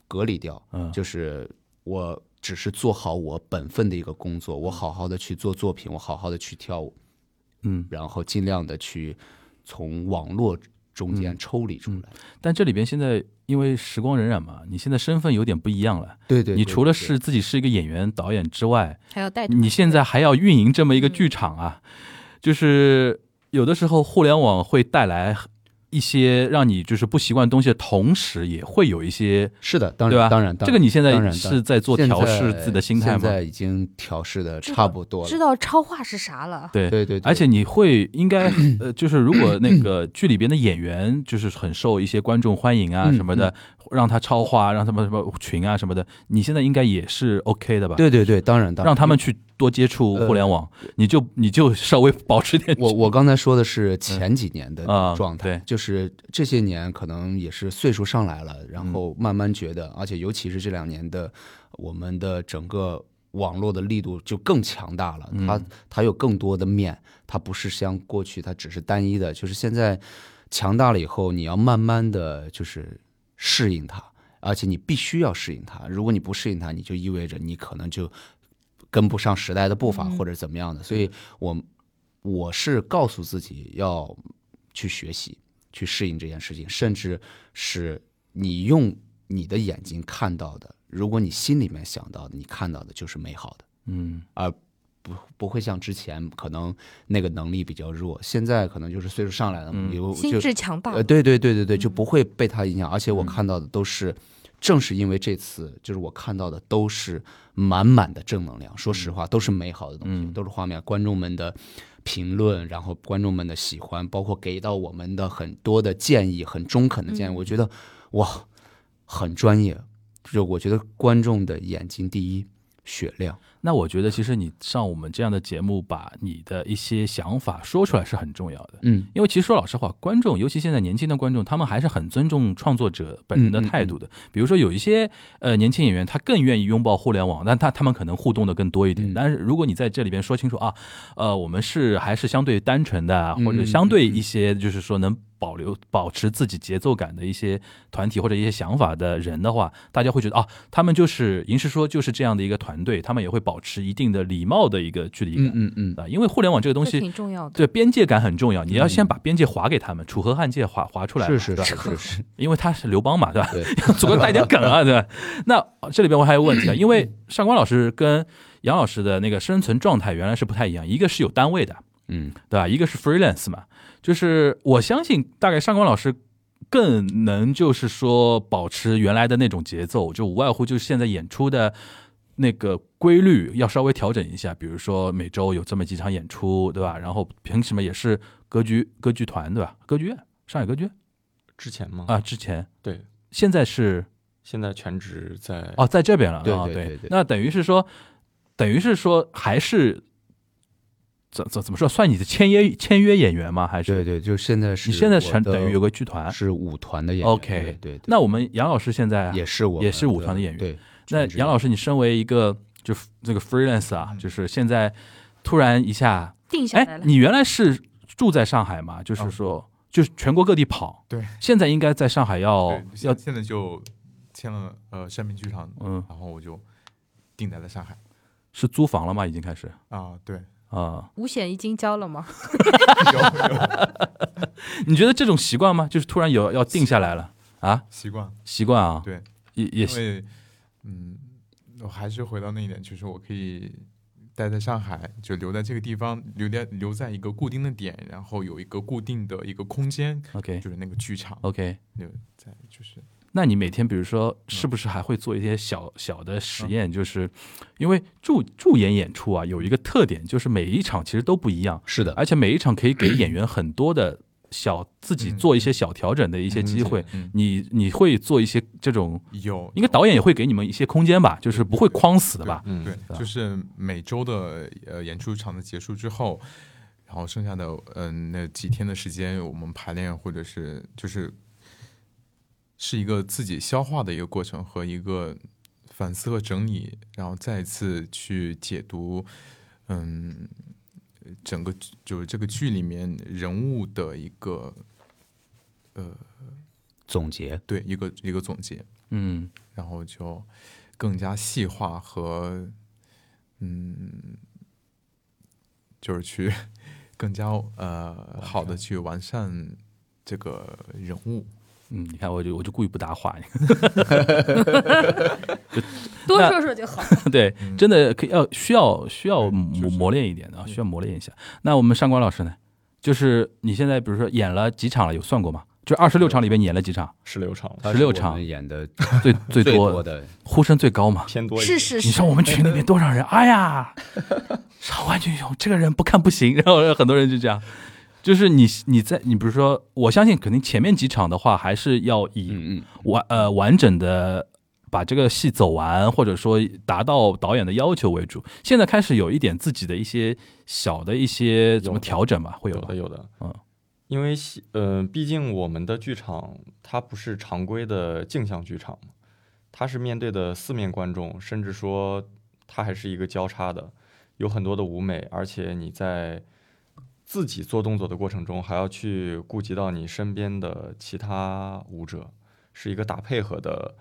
S4: 隔离掉，
S2: 嗯
S4: 就是我只是做好我本分的一个工作，我好好的去做作品，我好好的去跳舞，
S2: 嗯，
S4: 然后尽量的去从网络中间抽离出来。
S2: 但这里边现在因为时光荏苒嘛，你现在身份有点不一样了。
S4: 对对，
S2: 你
S4: 对
S2: 除了
S4: 对
S2: 是自己是一个演员、导演之外，
S3: 还要带
S2: 你现在还要运营这么一个剧场啊，就是有的时候互联网会带来一些让你就是不习惯的东西的同时，也会有一些
S4: 是的，当
S2: 对
S4: 然
S2: 吧？
S4: 当然，当
S2: 这个
S4: 然
S2: 你现
S4: 当
S2: 在
S4: 然当
S2: 是
S4: 然
S2: 在做
S4: 现
S2: 调
S4: 在
S2: 试自己的心态
S4: 现
S2: 吗？
S4: 在已经调试的
S3: 知道
S4: 差不多了，
S7: 知道超话是啥了。
S2: 对
S4: 对对对
S2: 而且你会应该
S4: [clears throat]
S2: 呃，就是如果那个剧里边的演员就是很受一些观众欢迎啊
S4: 嗯
S2: 什么的，让他超话，让他们什么群啊什么的，你现在应该也是 OK 的吧？，
S4: 对对对，呃当然当然，
S2: 让他们去多接触互联网，你就你就稍微 [laughs] 保持点
S4: 我我刚才说的是前几年的
S2: 嗯啊
S4: 状态，
S2: 对
S4: 就是这些年可能也是岁数上来了，然
S2: 嗯
S4: 后慢慢觉得，而且尤其是这两年的我们的整个网络的力度就更强大了，
S2: 嗯
S4: 它它有更多的面，它不是像过去它只是单一的，就是现在强大了以后，你要慢慢的就是适应它，而且你必须要适应它，如果你不适应它，你就意味着你可能就。跟不上时代的步伐，
S2: 嗯
S4: 或者怎么样的，所以我我是告诉自己要去学习、去适应这件事情，甚至是你用你的眼睛看到的，如果你心里面想到的，你看到的就是美好的，
S2: 嗯
S4: 不不会像之前可能那个能力比较弱，现在可能就是岁数上来了，
S2: 嗯
S4: 有
S3: 心
S4: 就
S3: 智强大
S4: 呃，，对对对对对，就不会被他影响。
S2: 嗯
S4: 而且我看到的都是，正是因为这次，就是我看到的都是满满的正能量。说实话，都是美好的东西，
S2: 嗯
S4: 都是画面，观众们的评论，然后观众们的喜欢，包括给到我们的很多的建议，很中肯的建议。
S2: 嗯
S4: 我觉得哇，很专业。就我觉得观众的眼睛第一，雪亮。
S2: 那我觉得，其实你上我们这样的节目，把你的一些想法说出来是很重要的。
S4: 嗯，
S2: 因为其实说老实话，观众，尤其现在年轻的观众，他们还是很尊重创作者本
S4: 嗯
S2: 人的态度的。比如说，有一些呃年轻演员，他更愿意拥抱互联网，但他他们可能互动的更多一点。
S4: 嗯
S2: 但是如果你在这里边说清楚啊，呃，我们是还是相对单纯的，啊
S4: 嗯
S2: 或者相对一些就是说能保留保持自己节奏感的一些团体或者一些想法的人的话，大家会觉得啊，他们就是银石说就是这样的一个团队，他们也会保持一定的礼貌的一个距离
S4: 嗯
S2: 感。
S4: 嗯嗯，
S2: 啊，因为互联网这个东
S3: 这
S2: 西，
S3: 挺重要的。
S2: 对边界感很重要，你要先把边界划给他们，楚河汉界划划出来嘛，
S4: 是是
S2: 对吧
S4: 是是是，
S2: 因为他是刘邦
S4: [laughs]
S2: 嘛，对吧？
S4: 对，
S2: 总归带点梗啊，对吧？那呃这里边我还有问题啊，因为上官老师跟杨老师的那个生存状态原来是不太一样，一个是有单位的，
S4: 嗯
S2: 对吧？一个是 freelance 嘛，就是我相信大概上官老师更能就是说保持原来的那种节奏，就无外乎就是现在演出的那个规律要稍微调整一下，比如说每周有这么几场演出，对吧？然后凭什么也是歌剧歌剧团，对吧？歌剧院，上海歌剧院
S5: 之前吗？
S4: 嗯
S2: 啊，之前
S5: 对，
S2: 现在是
S5: 现在全职在
S2: 哦，在这边了
S4: 对
S2: 啊，
S4: 对对对
S2: 那等于是说，等于是说还是。怎怎怎么说？算你的签约签约演员吗？还是
S4: 对对，就现在是
S2: 你现在
S4: 我
S2: 成
S4: 的
S2: 等于有个剧团。
S4: 是舞团的演员
S2: 啊 OK
S4: 对对对。
S2: 那我们杨老师现在
S4: 也是我
S2: 也
S4: 们
S2: 是舞团的演员
S4: 对，
S2: 那杨老
S4: 师
S2: 师，你身为一个就这个 freelance
S4: 嗯
S2: 啊，就是现在突然一下，
S7: 定下来
S2: 哎，
S7: 了。
S2: 你原来是住在上海嘛？就是
S6: 嗯
S2: 说，就是全国各地跑。
S6: 对，
S2: 现在应该在上海要
S6: 对
S2: 哦要
S6: 现现在就签了呃山明剧场，
S2: 嗯，
S6: 然后我就定在了上海
S2: 是租房了吗？已经开始
S6: 啊，对，
S2: 啊？
S3: 五险一金交了吗？
S2: 你觉得这种习惯吗？就是突然有要定下来了啊？
S6: 习惯，
S2: 习惯啊？
S6: 对，
S2: 也也
S6: 因为嗯，我还是回到那一点，就是我可以待在上海，就留在这个地方，留在留在一个固定的点，然后有一个固定的一个空间，
S2: OK
S6: 就是那个剧场，
S2: OK，
S6: 就在就是
S2: 那你每天比如说是不是还会做一些小小的实验？就是因为驻驻演演出啊，有一个特点就是每一场其实都不一样，
S4: 是的，
S2: 而且每一场可以给演员很多的小自己做一些小调整的一些机会。
S6: 嗯
S2: 你你会做一些这种，
S6: 有
S2: 应该导演也会给你们一些空间吧，就是不会框死的吧？
S5: 嗯，
S6: 对，
S2: 吧
S6: 就是每周的呃演出场的结束之后，然后剩下的嗯、呃那几天的时间，我们排练或者是就是是一个自己消化的一个过程和一个反思和整理，然后再一次去解读，嗯，整个剧就是这个剧里面人物的一个
S4: 总结
S6: 对一个一个总结，
S2: 嗯，
S6: 然后就更加细化和嗯，就是去更加呃好的去完善这个人物。
S2: 嗯，你看我就我就故意不搭话，
S7: 多
S2: 那
S7: 说说就好。
S2: 对，真的可以要需要需要
S6: 嗯
S2: 磨
S6: 就是
S2: 磨练一点的啊，需要磨练一下。那我们上官老师呢？就是你现在比如说演了几场了，有算过吗？就二十六场里边你演了几场？
S5: 十六场
S4: 它
S2: 16
S4: 是我
S2: 场
S4: 们演的
S2: 最最
S4: 最
S2: 多
S4: 多，的，
S2: 呼声最高嘛。
S5: 偏多一
S7: 是
S5: 点，
S7: 是
S2: 你
S7: 是
S2: 说，我们群里面多少人？哎 [laughs] 呀，少万俊雄这个人不看不行。然后很多人就这样，就是你你在你比如说，我相信肯定前面几场的话还是要以
S4: 嗯嗯，
S2: 完呃完整的把这个戏走完，或者说达到导演的要求为主。现在开始有一点自己的一些小的一些怎么调整吧，会有
S5: 有
S2: 吧
S5: 的？有的，
S2: 嗯，
S5: 因为戏呃，毕竟我们的剧场它不是常规的镜像剧场嘛，它是面对的四面观众，甚至说它还是一个交叉的，有很多的舞美，而且你在自己做动作的过程中，还要去顾及到你身边的其他舞者，是一个打配合的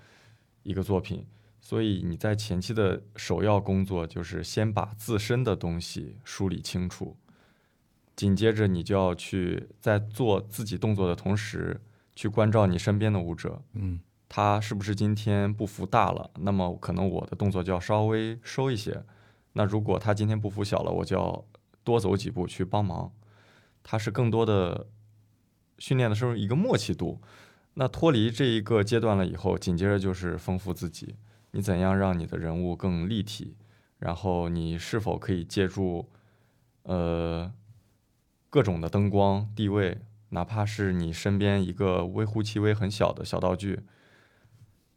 S5: 一个作品。所以你在前期的首要工作就是先把自身的东西梳理清楚，紧接着你就要去在做自己动作的同时，去关照你身边的舞者，
S2: 嗯，
S5: 他是不是今天步幅大了？那么可能我的动作就要稍微收一些。那如果他今天步幅小了，我就要多走几步去帮忙。他是更多的训练的时候一个默契度。那脱离这一个阶段了以后，紧接着就是丰富自己，你怎样让你的人物更立体？然后你是否可以借助呃各种的灯光、地位，哪怕是你身边一个微乎其微、很小的小道具，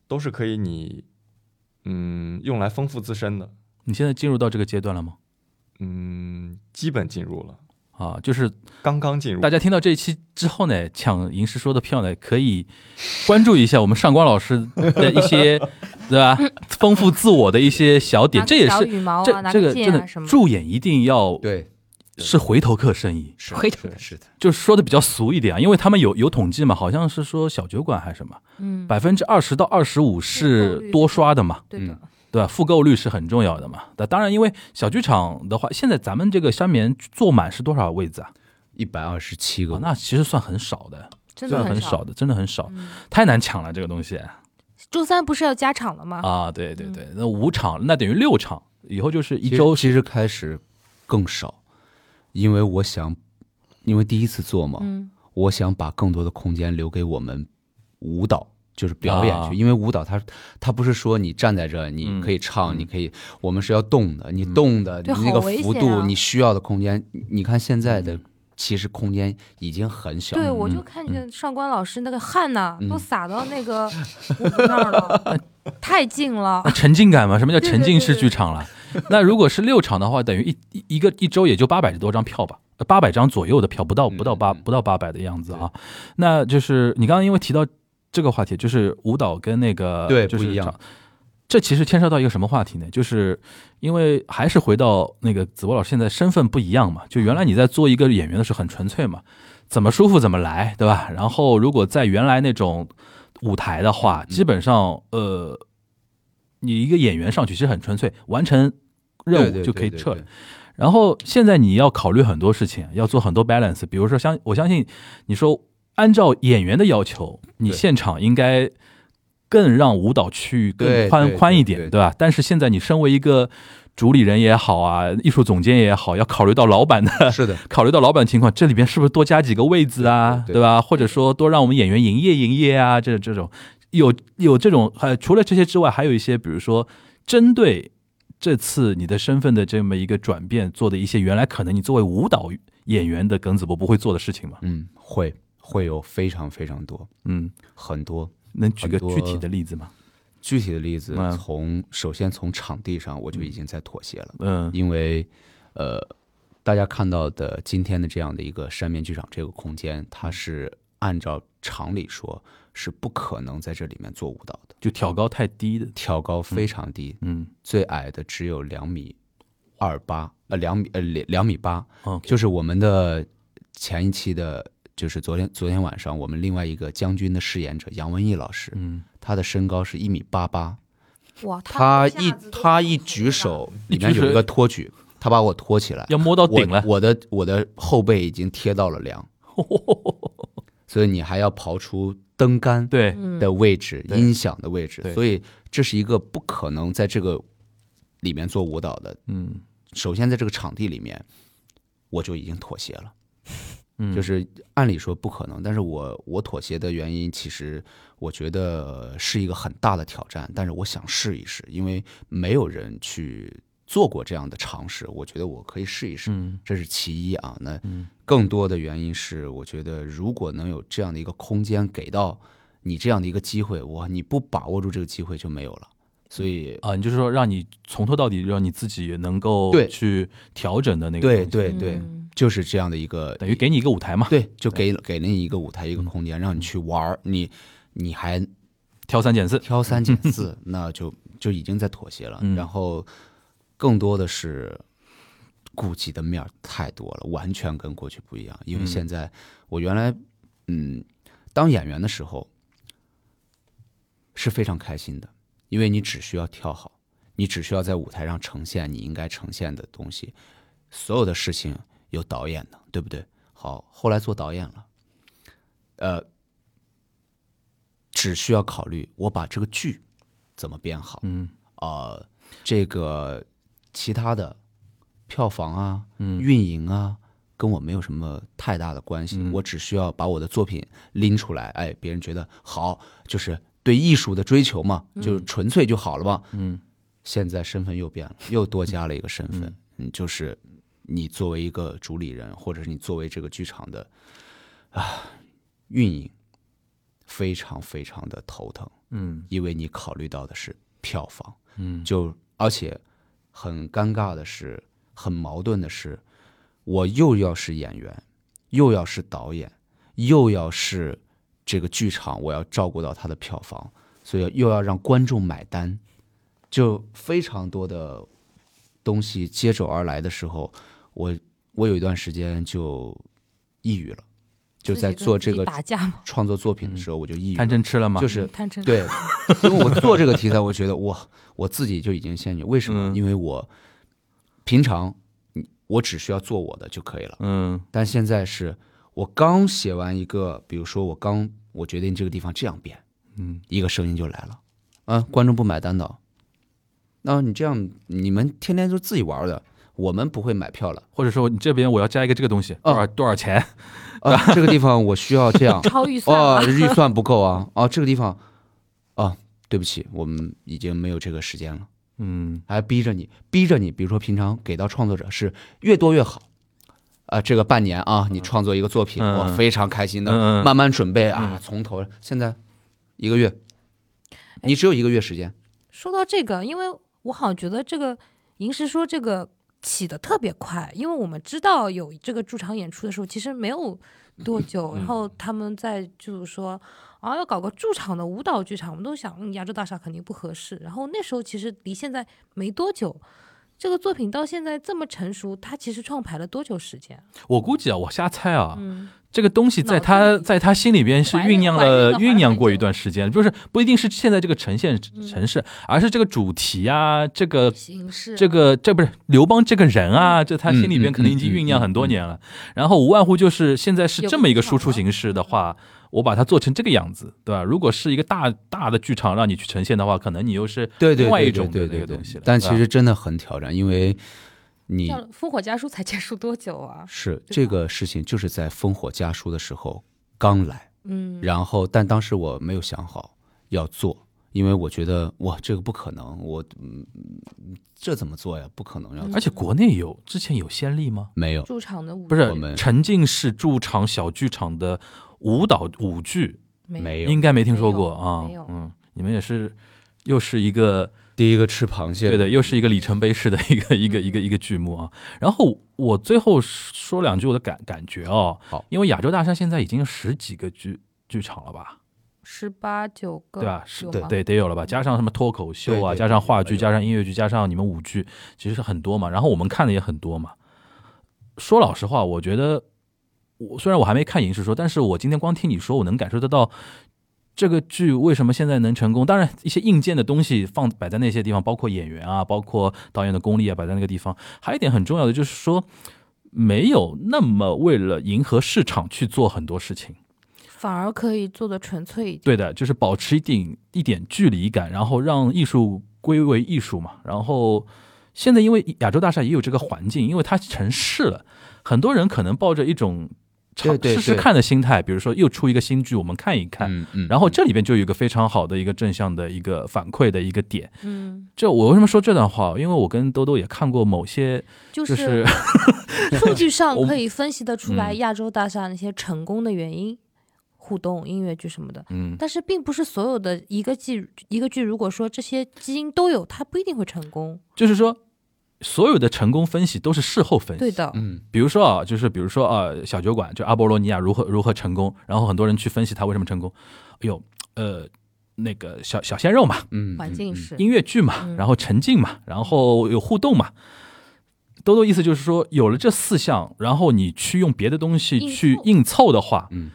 S5: 都是可以你嗯用来丰富自身的。
S2: 你现在进入到这个阶段了吗？
S5: 嗯，基本进入了，
S2: 啊，就是
S5: 刚刚进入
S2: 大。家听到这一期之后呢，抢银石说的票呢，可以关注一下我们上官老师的一
S3: [laughs]
S2: 些，对吧？丰富自我的一些小点，
S3: 拿
S2: 这
S3: 个
S2: 也
S3: 小
S2: 是
S3: 羽毛啊，
S2: 这
S3: 拿
S2: 这个
S3: 剑
S2: 真
S3: 啊
S2: 的
S3: 什么的。
S2: 助演一定要
S4: 对，
S2: 是回头客生意，
S4: 是
S3: 回
S4: 是是的，
S2: 就是说的比较俗一点啊，因为他们有有统计嘛，好像是说小酒馆还是什么，
S3: 嗯，
S2: 百分之二十到二十五
S3: 复购
S2: 是
S3: 率
S2: 多刷的嘛，
S3: 对的，
S2: 对吧？复购率是很重要的嘛。那当然，因为小剧场的话，现在咱们这个山棉坐满是多少位子啊？
S4: 一百二十七
S2: 啊
S4: 个，
S2: 那其实算很少的，
S3: 真
S2: 算
S3: 的
S2: 很
S3: 少。
S2: 的，真啊的很少。
S3: 嗯，啊
S2: 太难抢了这个东西
S3: 周三不是要加场了吗？
S2: 啊！对对
S3: 嗯
S2: 对，那五场那等于六场，以后就是一
S4: 其实
S2: 周
S4: 其实开始更少，因为我想，因为第一次做嘛，
S3: 嗯，
S4: 我想把更多的空间留给我们舞蹈，就是表演去，
S2: 啊嗯
S4: 因为舞蹈它它不是说你站在这儿你可以唱，你可以，我们是要动的，你动的、
S3: 对
S4: 你那个
S3: 好危
S4: 幅
S3: 险
S4: 度，
S3: 啊嗯
S4: 你需要的空间，你你看现在的其实空间已经很小，
S3: 对，
S2: 嗯
S3: 我就看见上官老师那个汗呐，都洒到那
S2: [laughs]
S3: 个舞服那儿了，
S2: 哎
S3: 太近了
S2: 那。沉浸感嘛，什么叫沉浸式
S3: 对对对对
S2: 剧场了？ [laughs] 那如果是六场的话，等于一一一个一周也就八百多张票吧，呃八百张左右的票，不到
S4: 嗯
S2: 不到八
S4: 嗯
S2: 不到八百的样子啊。那就是你刚刚因为提到这个话题，就是舞蹈跟那个
S4: 对
S2: 就是
S4: 不一样
S2: 场。这其实牵涉到一个什么话题呢？就是因为还是回到那个子博老师现在身份不一样嘛，就原来你在做一个演员的时候很纯粹嘛，怎么舒服怎么来，对吧？然后如果在原来那种舞台的话，基本上呃，你一个演员上去其实很纯粹，完成
S4: 对
S2: 任务
S4: 对
S2: 就可以
S4: 对对
S2: 撤了
S4: 对。
S2: 然后现在你要考虑很多事情，要做很多 balance，比如说相我相信你说按照演员的要求，你
S4: 对
S2: 现场应该更让舞蹈区域更
S4: 对
S2: 宽
S4: 对
S2: 宽一
S4: 对
S2: 点，
S4: 对
S2: 对吧？但是现在你身为一个主理人也好啊，艺术总监也好，要考虑到老板的 [laughs]
S4: 是的，
S2: 考虑到老板情况，这里边是不是多加几个位子啊，
S4: 对对对
S2: 吧？或者说多让我们演员营业营业啊，这这种有有这种呃，除了这些之外，还有一些比如说针对这次你的身份的这么一个转变做的一些原来可能你作为舞蹈演员的耿子博不会做的事情嘛？
S4: 嗯，会会有非常非常多，
S2: 嗯，
S4: 很多
S2: 能举个
S4: 很多
S2: 具体的例子吗？
S4: 具体的例子
S2: 嗯。
S4: 从首先从场地上，我就已经在妥协了，
S2: 嗯
S4: 因为呃，大家看到的今天的这样的一个扇面剧场这个空间，它是按照常理说是不可能在这里面做舞蹈的，
S2: 就挑高太低的，
S4: 挑高非常低，
S2: 嗯，
S4: 最矮的只有两米二八，呃，两米呃两两米八，
S2: 哦，
S4: 就是我们的前一期的，就是昨天昨天晚上我们另外一个将军的饰演者杨文义老师，
S2: 嗯，
S4: 他的身高是一米八八，
S7: 哇，
S4: 他
S7: 一下
S4: 一
S7: 子都
S4: 他
S7: 跑
S4: 一
S7: 出
S4: 举
S7: 来
S4: 手
S7: [laughs]
S2: 一
S4: 里面
S2: 举
S4: 有一
S2: 手
S4: 个托举，他把我托起来，
S2: 要摸到
S4: 我
S2: 哦顶了，
S4: 我的我的后背已经贴到了梁，所以你还要刨出灯
S2: [laughs]
S4: 杆
S2: 对，
S3: 嗯
S4: 的位置、
S2: 对
S4: 音响的位置
S2: 对，
S4: 所以这是一个不可能在这个里面做舞蹈的。
S2: 嗯
S4: 首先在这个场地里面，我就已经妥协了。
S2: 嗯，
S4: 就是按理说不可能，但是我我妥协的原因，其实我觉得是一个很大的挑战，但是我想试一试，因为没有人去做过这样的尝试，我觉得我可以试一试，
S2: 嗯
S4: 这是其一啊。那
S2: 嗯
S4: 更多的原因是，我觉得如果能有这样的一个空间给到你这样的一个机会，哇，你不把握住这个机会就没有了，所以。
S2: 啊，你就是说让你从头到底让你自己能够
S4: 对
S2: 去调整的那个
S4: 对
S2: 东西，
S4: 对对，
S3: 嗯
S4: 就是这样的一个
S2: 等于给你一个舞台嘛，
S4: 对，就给给了你一个舞台，一个空间，让你去玩儿，你你还
S2: 挑三拣四，
S4: 挑三拣
S2: [laughs]
S4: 四，那就就已经在妥协了。
S2: 嗯
S4: 然后更多的是顾忌的面儿太多了，完全跟过去不一样。因为
S2: 嗯
S4: 现在我原来嗯当演员的时候是非常开心的，因为你只需要跳好，你只需要在舞台上呈现你应该呈现的东西，所有的事情有导演的，对不对？好，后来做导演了，呃，只需要考虑我把这个剧怎么编好，
S2: 嗯
S4: 啊，这个其他的票房啊、
S2: 嗯
S4: 运营啊，跟我没有什么太大的关系。
S2: 嗯
S4: 我只需要把我的作品拎出来，哎，别人觉得好，就是对艺术的追求嘛，就是纯粹就好了嘛。
S2: 嗯
S4: 现在身份又
S2: [laughs]
S4: 变了，又多加了一个身份，
S2: 嗯
S4: 嗯，就是你作为一个主理人，或者是你作为这个剧场的啊运营，非常非常的头疼，
S2: 嗯
S4: 因为你考虑到的是票房。
S2: 嗯，
S4: 就而且很尴尬的是，很矛盾的是，我又要是演员，又要是导演，又要是这个剧场，我要照顾到它的票房，所以又要让观众买单，就非常多的东西接踵而来的时候，我我有一段时间就抑郁了，就
S3: 自己
S4: 在
S3: 跟
S4: 做
S3: 自
S4: 这
S3: 己
S4: 个
S3: 打嗯架嘛，
S4: 创作作品的时候，我就抑郁
S2: 贪
S4: 了，
S2: 嗔痴了嘛，
S4: 就是
S3: 贪嗔，
S4: 对，因为我做这个题材，我觉得哇，我自己就已经先有为什么？
S2: 嗯
S4: 因为我平常嗯我只需要做我的就可以了，
S2: 嗯
S4: 但现在是我刚写完一个，比如说我刚我决定这个地方这样变，
S2: 嗯
S4: 一个声音就来了，啊，观众不买单的，那、你这样你们天天就自己玩的，我们不会买票了。
S2: 或者说你这边我要加一个这个东西，多少
S4: 嗯
S2: 多少钱？
S4: 啊，这个地方我需要这样
S3: [laughs] 超预算
S4: 哦
S3: 了，，
S4: 预算不够啊！哦，这个地方，哦，对不起，我们已经没有这个时间了。
S2: 嗯
S4: 还逼着你，逼着你，比如说平常给到创作者是越多越好。啊、这个半年啊，你创作一个作品，
S2: 嗯
S4: 我非常开心的，
S2: 嗯嗯
S4: 慢慢准备啊，从头。现在一个月，你只有一个月时间，
S3: 说到这个，因为我好像觉得这个银石说这个起的特别快，因为我们知道有这个驻场演出的时候，其实没有多
S2: 嗯
S3: 久，然后他们在就是说啊要搞个驻场的舞蹈剧场，我们都想嗯亚洲大厦肯定不合适。然后那时候其实离现在没多久，这个作品到现在这么成熟，它其实创排了多久时间？
S2: 我估计啊，我瞎猜啊，
S3: 嗯，
S2: 这个东西在
S7: 脑
S2: 他
S7: 子里
S2: 在他心里边是
S7: 怀
S2: 酝酿
S7: 怀
S2: 了
S7: 了
S2: 酝
S7: 很
S2: 酿过一
S7: 久
S2: 段时间，就是不一定是现在这个呈现
S7: 嗯
S2: 城市，而是这个主题啊，这个
S7: 形式
S2: 这个这不是刘邦这个人啊，这他
S4: 嗯
S2: 心里边
S4: 嗯
S2: 肯定已经
S4: 嗯
S2: 酝酿
S4: 嗯
S2: 很多年了。然后无外乎就是现在是
S7: 有个
S2: 这么一个
S7: 剧
S2: 输
S7: 场
S2: 出
S7: 了
S2: 形式的话，我把它做成这个样子，对吧？如果是一个大大的剧场让你去呈现的话，可能你又是
S4: 对对
S2: 另外一
S4: 对
S2: 种
S4: 对
S2: 的
S4: 对
S2: 那个
S4: 对对
S2: 东西了。
S4: 但
S2: 对
S4: 其
S2: 吧
S4: 实真的很挑战，因为你
S7: 像《烽火家书》才结束多久啊？
S4: 是
S7: 对
S4: 这
S7: 吧
S4: 个事情就是在烽火家书的时候刚来，
S7: 嗯，
S4: 然后但当时我没有想好要做，因为我觉得哇这个不可能，我嗯这怎么做呀？不可能要
S7: 嗯
S4: 做
S2: 而且国内有之前有先例吗？
S4: 没有
S7: 驻场的舞
S2: 不
S4: 我们
S2: 是沉浸式驻场小剧场的舞蹈舞剧，
S7: 没
S4: 没
S7: 有
S4: 有
S2: 应该没听说过啊
S7: 没有。没有
S2: 嗯，你们也是。又是一个
S4: 第一个吃螃蟹
S2: 对的，又是一个里程碑式的一个一个
S7: 嗯
S2: 一个一个剧目啊。然后我最后说两句我的感感觉哦
S4: 好，
S2: 因为亚洲大山现在已经有十几个剧剧场了吧，
S7: 十八九个
S2: 对吧？是
S7: 有
S2: 对
S7: 吗
S2: 对得有了吧？加上什么脱口秀啊，
S4: 啊对对
S2: 加上话剧，
S4: 有了有了
S2: 加上音乐剧，加上你们舞剧，其实是很多嘛。然后我们看的也很多嘛。说老实话，我觉得我虽然我还没看《影视说》，但是我今天光听你说，我能感受得到这个剧为什么现在能成功。当然，一些硬件的东西放摆在那些地方，包括演员啊，包括导演的功力啊，摆在那个地方。还有一点很重要的就是说，没有那么为了迎合市场去做很多事情。
S3: 反而可以做的纯粹一点。
S2: 对的，就是保持一定一点距离感，然后让艺术归为艺术嘛。然后现在因为亚洲大厦也有这个环境，因为它成市了，很多人可能抱着一种尝
S4: 对对
S2: 试试
S4: 对
S2: 看的心态，比如说又出一个新剧，我们看一看。
S4: 嗯嗯，
S2: 然后这里边就有一个非常好的一个正向的一个反馈的一个点。
S7: 嗯，
S2: 这我为什么说这段话？因为我跟兜兜也看过某些，
S7: 就
S2: 就是
S7: [laughs]
S2: 是
S7: 数据上
S2: 我
S7: 可以分析得出来
S2: 嗯
S7: 亚洲大厦那些成功的原因，互动、音乐剧什么的。
S2: 嗯，
S7: 但是并不是所有的一个剧一个剧，如果说这些基因都有，它不一定会成功。
S2: 就是说所有的成功分析都是事后分析
S7: 对。的，
S4: 嗯
S2: 比如说啊，就是比如说啊，小酒馆就阿波罗尼亚如何如何成功，然后很多人去分析他为什么成功。哎呦，呃，那个小小鲜肉嘛，
S4: 嗯
S7: 环境是
S2: 音乐剧嘛
S7: 嗯，
S2: 然后沉浸嘛，然后有互动嘛。兜兜意思就是说，有了这四项，然后你去用别的东西
S7: 硬
S2: 去
S7: 凑
S2: 硬凑的话，
S4: 嗯，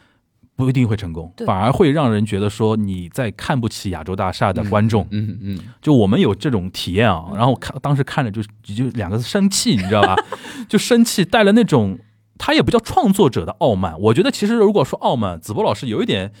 S2: 不一定会成功，
S7: 对
S2: 反而会让人觉得说你在看不起亚洲大厦的观众。
S4: 嗯嗯
S2: 就我们有这种体验
S7: 嗯
S2: 啊，然后看当时看着就就两个字生气，你知道吧？ [laughs] 就生气带了那种，他也不叫创作者的傲慢。我觉得其实如果说傲慢，子波老师有一点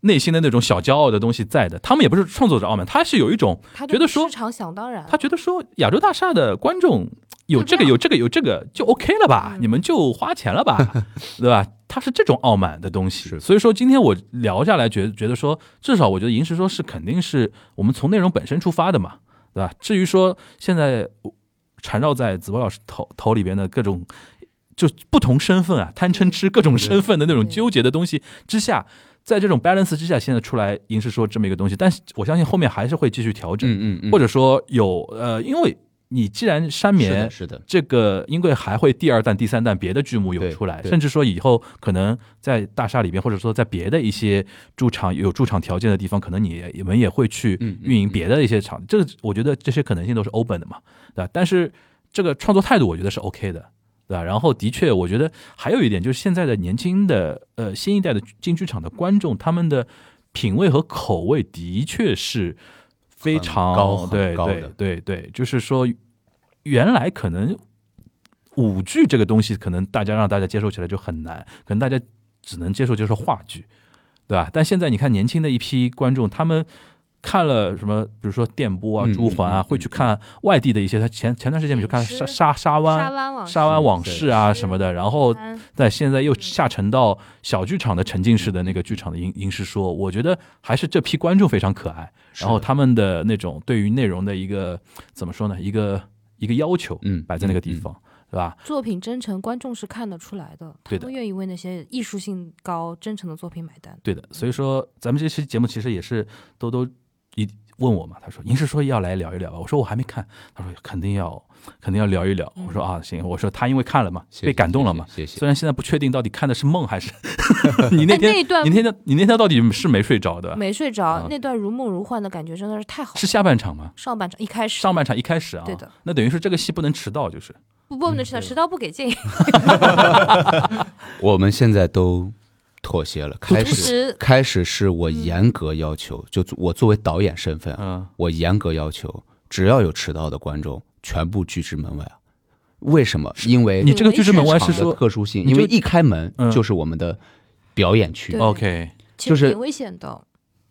S2: 内心的那种小骄傲的东西在的。他们也不是创作者傲慢，他是有一种
S7: 它
S2: 觉得说
S7: 市场想当然，
S2: 他觉得说亚洲大厦的观众有这个有这个有这个就 OK 了吧，
S7: 嗯
S2: 你们就花钱了吧，对吧？他是这种傲慢的东西，
S4: 是
S2: 所以说今天我聊下来觉觉得说，至少我觉得银石说是肯定是我们从内容本身出发的嘛，对吧？至于说现在缠绕在子博老师头头里边的各种。就不同身份啊，贪嗔痴各种身份的那种
S7: 对
S2: 纠结的东西之下，在这种 balance 之下，现在出来银石说这么一个东西，但是我相信后面还是会继续调整。
S4: 嗯嗯，
S2: 或者说有呃，因为你既然山
S4: 棉
S2: 棉
S4: 是的，
S2: 这个，因为还会第二弹、第三弹别的剧目有
S4: 对
S2: 出来，
S4: 对
S2: 甚至说以后可能在大厦里边，或者说在别的一些驻场有驻场条件的地方，可能你你们也会去
S4: 嗯嗯
S2: 运营别的一些场。这个我觉得这些可能性都是 open 的嘛，对吧？但是这个创作态度，我觉得是 OK 的。对吧？然后的确，我觉得还有一点就是现在的年轻的呃新一代的进剧场的观众，他们的品味和口味的确是非常
S4: 很高很
S2: 对
S4: 高的
S2: 对对对，就是说原来可能舞剧这个东西，可能大家让大家接受起来就很难，可能大家只能接受就是话剧，对吧？但现在你看年轻的一批观众，他们看了什么，比如说电波啊、
S4: 嗯
S2: 朱环啊，
S4: 嗯嗯
S2: 会去看外地的一些。他前前段时间去看
S7: 饮
S2: 沙
S7: 食
S2: 沙沙
S7: 沙
S2: 湾。
S7: 湾往
S2: 沙湾往事啊
S7: 对
S2: 什么的，然后
S7: 嗯
S2: 在现在又下沉到小剧场的沉浸式的那个剧场的吟吟诗说，我觉得还是这批观众非常可爱，然后他们的那种对于内容的一个怎么说呢，一个一个要求
S4: 嗯
S2: 摆在那个地，方，对吧？
S7: 作品真诚，观众是看得出来的，
S2: 对
S7: 他
S2: 的
S7: 们愿意为那些艺术性高、真诚的作品买单。
S2: 对的，所以说咱们这期节目其实也是兜兜一问我嘛，他说您是说要来聊一聊吧？我说我还没看，他说肯定要肯定要聊一聊。我说啊行，我说他因为看了嘛，被感动了嘛。
S4: 嗯谢谢
S2: 虽。然现在不确定到底看的是梦
S4: [laughs]
S2: 还是 [laughs] 你那
S7: 哎
S2: 天
S7: 那一段
S2: 你那天你那天到底是没睡着的？
S7: 没睡着
S2: 嗯，
S7: 那段如梦如幻的感觉真的是太好了。
S2: 是下半场吗？
S7: 上半场一开始，
S2: 上半场一开始啊，
S7: 对的，
S2: 那等于是这个戏不能迟到，就是
S7: 不
S4: 嗯
S7: 不能迟到，迟到不给进。
S4: 我们现在都妥协了。开
S7: 同
S4: 始
S7: 时，
S4: 开始是我严格要
S7: 嗯
S4: 求，就我作为导演身份啊，
S2: 嗯，
S4: 我严格要求，只要有迟到的观众，全部拒之门外啊。为什么？因为
S2: 你这个拒之门外
S4: 场
S2: 是
S4: 的
S2: 说
S4: 特殊性，
S2: 你
S4: 因
S2: 就
S4: 为一开门
S2: 嗯
S4: 就是我们的表演区
S7: 对，
S2: OK，
S7: 其
S4: 就
S7: 实
S4: 是
S7: 挺危险的，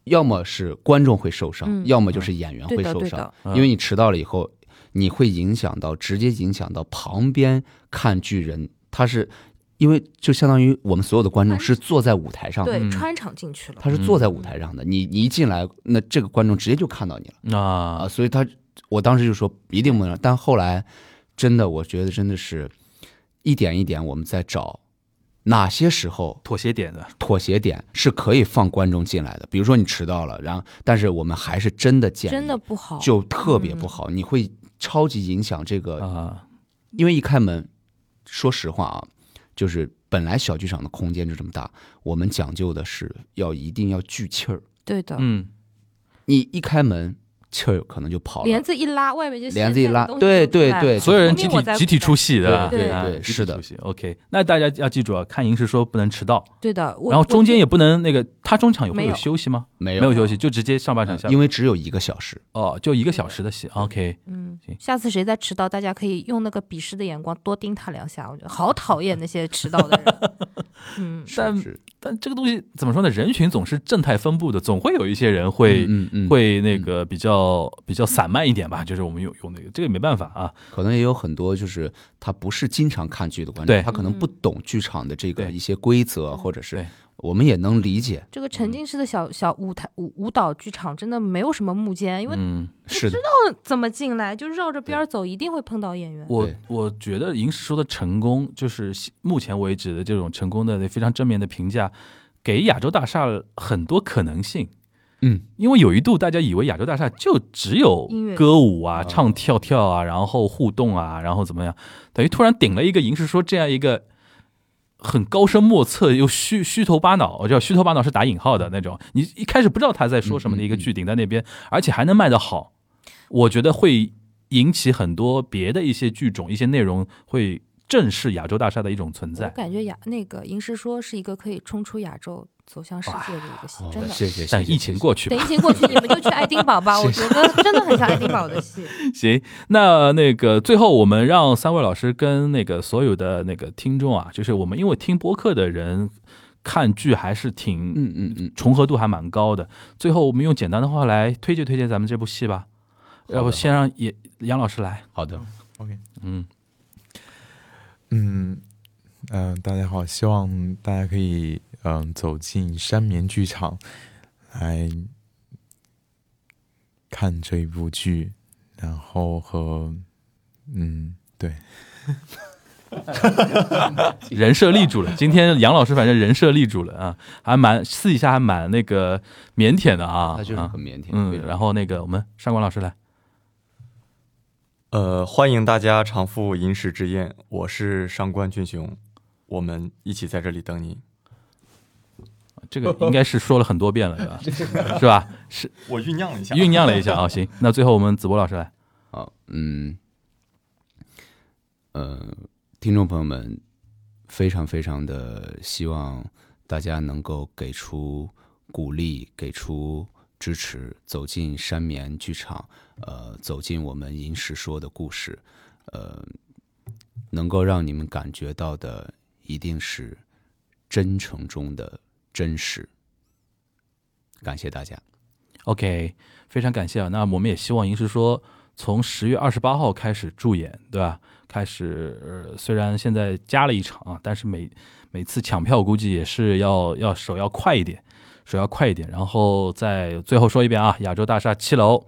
S4: 要么是观众会受伤
S7: 嗯，
S4: 要么就是演员
S7: 对
S4: 会
S7: 的
S4: 受
S7: 对
S4: 伤
S7: 的，，
S2: 嗯
S4: 因为你迟到了以后，你会影响到，直接影响到旁边看剧人，他是因为就相当于我们所有的观众是坐在舞台上的，
S7: 对，
S2: 嗯
S7: 穿场进去了。
S4: 他是坐在舞台上的，你你一进来，那这个观众直接就看到你了。啊，
S2: 那
S4: 所以他我当时就说一定不能让，但后来真的，我觉得真的是一点一点我们在找哪些时候
S2: 妥协点的，
S4: 妥协点是可以放观众进来的，比如说你迟到了，然后但是我们还是真的建议
S7: 真的不好，
S4: 就特别不好，你会超级影响这个，
S2: 啊，
S4: 因为一开门，说实话啊，就是本来小剧场的空间就这么大，我们讲究的是要一定要聚气儿，
S7: 对的，
S2: 嗯，
S4: 你一开门气儿可能就跑了，
S7: 帘子一拉，外面就
S4: 帘子一
S7: 现
S4: 拉
S7: 在的东西
S4: 对
S7: 都出来
S4: 对对
S7: 了
S2: 所有人集
S7: 后面我
S2: 体
S7: 再
S2: 集体出戏的，
S4: 对对
S2: 啊
S4: 对
S2: 集体
S4: 是的
S2: 出戏。OK，那大家要记住啊，看银是说不能迟到，
S7: 对的，我
S2: 然后中间也
S7: 我
S2: 不能那个，他中场也会
S7: 没
S2: 有
S7: 有
S2: 休息吗？
S4: 没
S2: 没
S4: 有呃
S2: 有休息，就直接上半场下半
S4: 因为只有一个小时。
S2: 哦，就一个小时的戏。OK，
S7: 嗯
S2: 行，
S7: 下次谁再迟到，大家可以用那个鄙视的眼光多盯他两下。我觉得好讨厌那些迟到的人。
S4: [laughs]
S7: 嗯，
S2: 但
S4: 是
S2: 但这个东西怎么说呢？人群总是正态分布的，总会有一些人会、
S4: 嗯嗯，
S2: 会那个比较比较散漫一点吧，就是我们用用那个，这个也没办法啊。
S4: 可能也有很多就是他不是经常看剧的观
S2: 对
S4: 众，他可能不
S7: 嗯
S4: 懂剧场的这个
S2: 对
S4: 一些规则，或者
S2: 对
S4: 是我们也能理解，
S7: 这个沉浸式的小小舞台舞舞蹈剧场真的没有什么幕间，因为
S2: 嗯，
S4: 是的，
S7: 怎么进来就绕着边儿走，一定会碰到演员。
S2: 我
S4: 对
S2: 我觉得银石说的成功，就是目前为止的这种成功的非常正面的评价，给亚洲大厦很多可能性。
S4: 嗯，
S2: 因为有一度大家以为亚洲大厦就只有
S7: 音乐
S2: 歌舞啊、唱跳跳啊，然后互动啊，然后怎么样，等于突然顶了一个银石说这样一个很高深莫测又虚虚头巴脑，我叫虚头巴脑是打引号的那种，你一开始不知道他在说什么的一
S7: 嗯
S2: 个剧顶在那边，而且还能卖得好，我觉得会引起很多别的一些剧种、一些内容会正视亚洲大厦的一种存
S7: 我
S2: 在。
S7: 感觉亚那个《银石说》是一个可以冲出亚洲走向世界的一个戏，真的。
S4: 谢谢，
S2: 等
S4: 谢谢
S2: 疫情过去吧
S7: 等。疫情过去，你们就去爱丁堡
S2: [laughs]
S7: 吧。我觉得真的很像爱丁堡的戏。
S2: 行，那那个最后我们让三位老师跟那个所有的那个听众啊，就是我们因为听播客的人看剧还是挺
S4: 嗯嗯嗯，
S2: 重合度还蛮高的。最后我们用简单的话来推荐推荐咱们这部戏吧，
S4: 的
S2: 要不先让也杨老师来，
S4: 好的，
S6: OK，
S2: 嗯，
S6: 嗯嗯、呃大家好，希望大家可以嗯、走进山眠剧场来看这一部剧，然后和嗯对，
S2: 人设立住了。今天杨老师反正人设立住了啊，还蛮私底下还蛮那个腼腆的啊，
S4: 他就是
S2: 啊
S4: 很腼腆，非
S2: 嗯，
S4: 常
S2: 然后那个我们上官老师来，
S5: 呃，欢迎大家常赴银石之宴，我是上官俊雄，我们一起在这里等你。
S2: 这个 [laughs] 应该是说了很多遍了，是
S4: [laughs]
S2: 吧？是吧？是
S5: 我酝酿了一下
S2: 酝酿了一下啊，行，那最后我们子博老师来，
S4: 好，嗯，呃，听众朋友们，非常非常的希望大家能够给出鼓励，给出支持，走进山眠剧场，呃，走进我们银石说的故事，呃，能够让你们感觉到的一定是真诚中的真实。感谢大家，
S2: OK，非常感谢啊。那我们也希望银石说从十月二十八号开始助演，对吧？开始、呃虽然现在加了一场啊，但是每每次抢票估计也是要要手要快一点，手要快一点。然后再最后说一遍啊，亚洲大厦七楼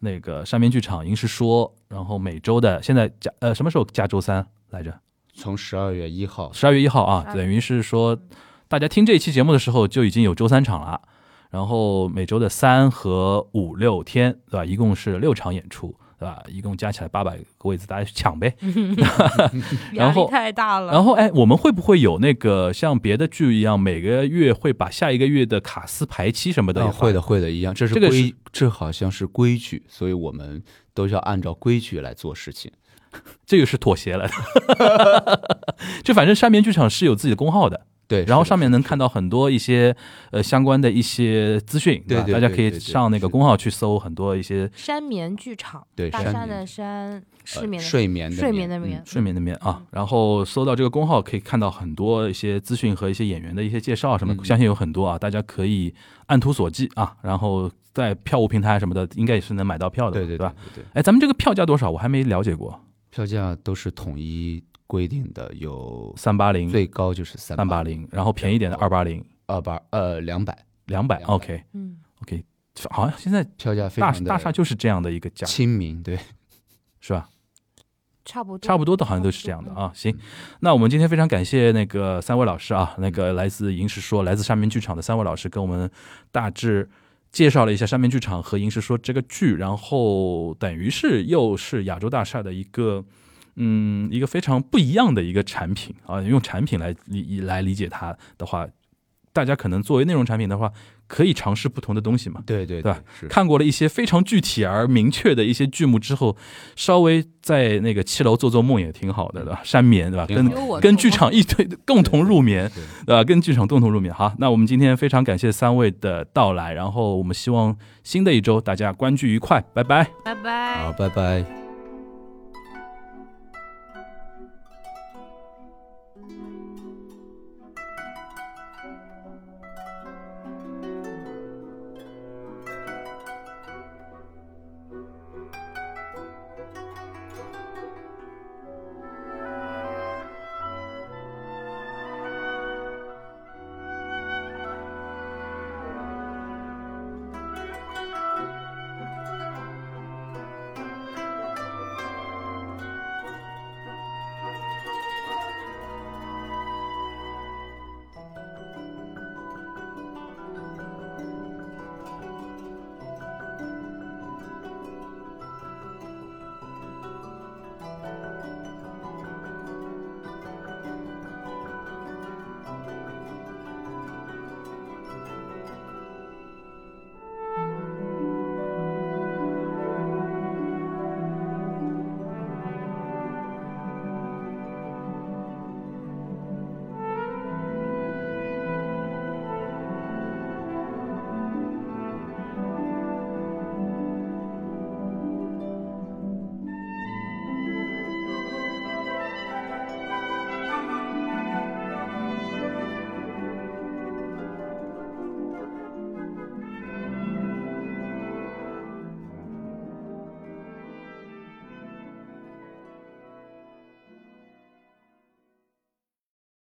S2: 那个山边剧场银石说，然后每周的现在加呃什么时候加周三来着？
S4: 从十二月一号
S2: 十二月一号啊，
S7: 12
S2: 等于是说，大家听这一期节目的时候就已经有周三场了，然后每周的三和五六天，对吧？一共是六场演出，对吧？一共加起来八百个位子，大家去抢呗。 [laughs] 然
S7: 压
S2: 后
S7: 力太大了。
S2: 然后，哎，我们会不会有那个像别的剧一样，每个月会把下一个月的卡司排期什么的也
S4: 啊，
S2: 发？
S4: 会的，会的，一样，这是
S2: 这个
S4: 规，
S2: 是
S4: 这好像是规矩，所以我们都要按照规矩来做事情。
S2: 这个是妥协了的。 [laughs] 就反正山眠剧场是有自己的公号的，
S4: 对，
S2: 然后上
S4: 面
S2: 面能看到很多一些呃相关的一些资讯，
S4: 对
S2: 吧？
S4: 对
S2: 大家
S4: 对
S2: 可以
S4: 对对
S2: 上那
S4: 是
S2: 个公号去搜很多一些
S7: 山眠剧场，
S4: 对
S7: 大
S4: 山
S7: 山
S4: 眠
S7: 的
S2: 呃
S7: 山，失眠的
S4: 睡眠的
S7: 睡眠的
S4: 眠
S7: 眠
S4: 嗯，
S2: 睡眠那边啊，然后搜到这个公号可以看到很多一些资讯和一些演员的一些介绍什么
S4: 嗯，嗯
S2: 相信有很多啊，大家可以按图索骥啊，然后在票务平台什么的，应该也是能买到票的，
S4: 嗯对
S2: 对
S4: 对
S2: 吧？
S4: 对，
S2: 哎，咱们这个票价多少？我还没了解过，
S4: 票价都是统一规定的，有
S2: 三八零、
S4: 最高就是三
S2: 三八零，然后便宜点的二八零、
S4: 二八呃两百，
S2: 两百
S4: 200
S2: ，OK
S7: 嗯，
S2: OK，好像现在
S4: 票价非
S2: 大
S4: 常的
S2: 大厦就是这样的一个价，
S4: 亲民，对，
S2: 是吧？
S7: 差不多，
S2: 差不多的，好像都是这样的啊。行，那我们今天非常感谢那个三位老师啊，那个来自银石说、来自山眠剧场的三位老师，跟我们大致介绍了一下山眠剧场和银石说这个剧，然后等于是又是亚洲大厦的一个。嗯，一个非常不一样的一个产品啊，用产品来理来理解它的话，大家可能作为内容产品的话，可以尝试不同的东西嘛。
S4: 对对
S2: 对
S4: 对
S2: 吧，
S4: 是
S2: 看过了一些非常具体而明确的一些剧目之后，稍微在那个七楼做做梦也挺好的，对吧？山眠，对吧？
S4: 嗯挺
S2: 跟
S4: 好
S7: 有我
S2: 跟
S7: 做
S2: 剧场一对 [laughs] 共同入眠，
S4: 对
S2: 对吧？跟剧场共同入眠。好，那我们今天非常感谢三位的到来，然后我们希望新的一周大家观剧愉快，拜拜。
S7: 拜拜
S4: 好，。拜拜。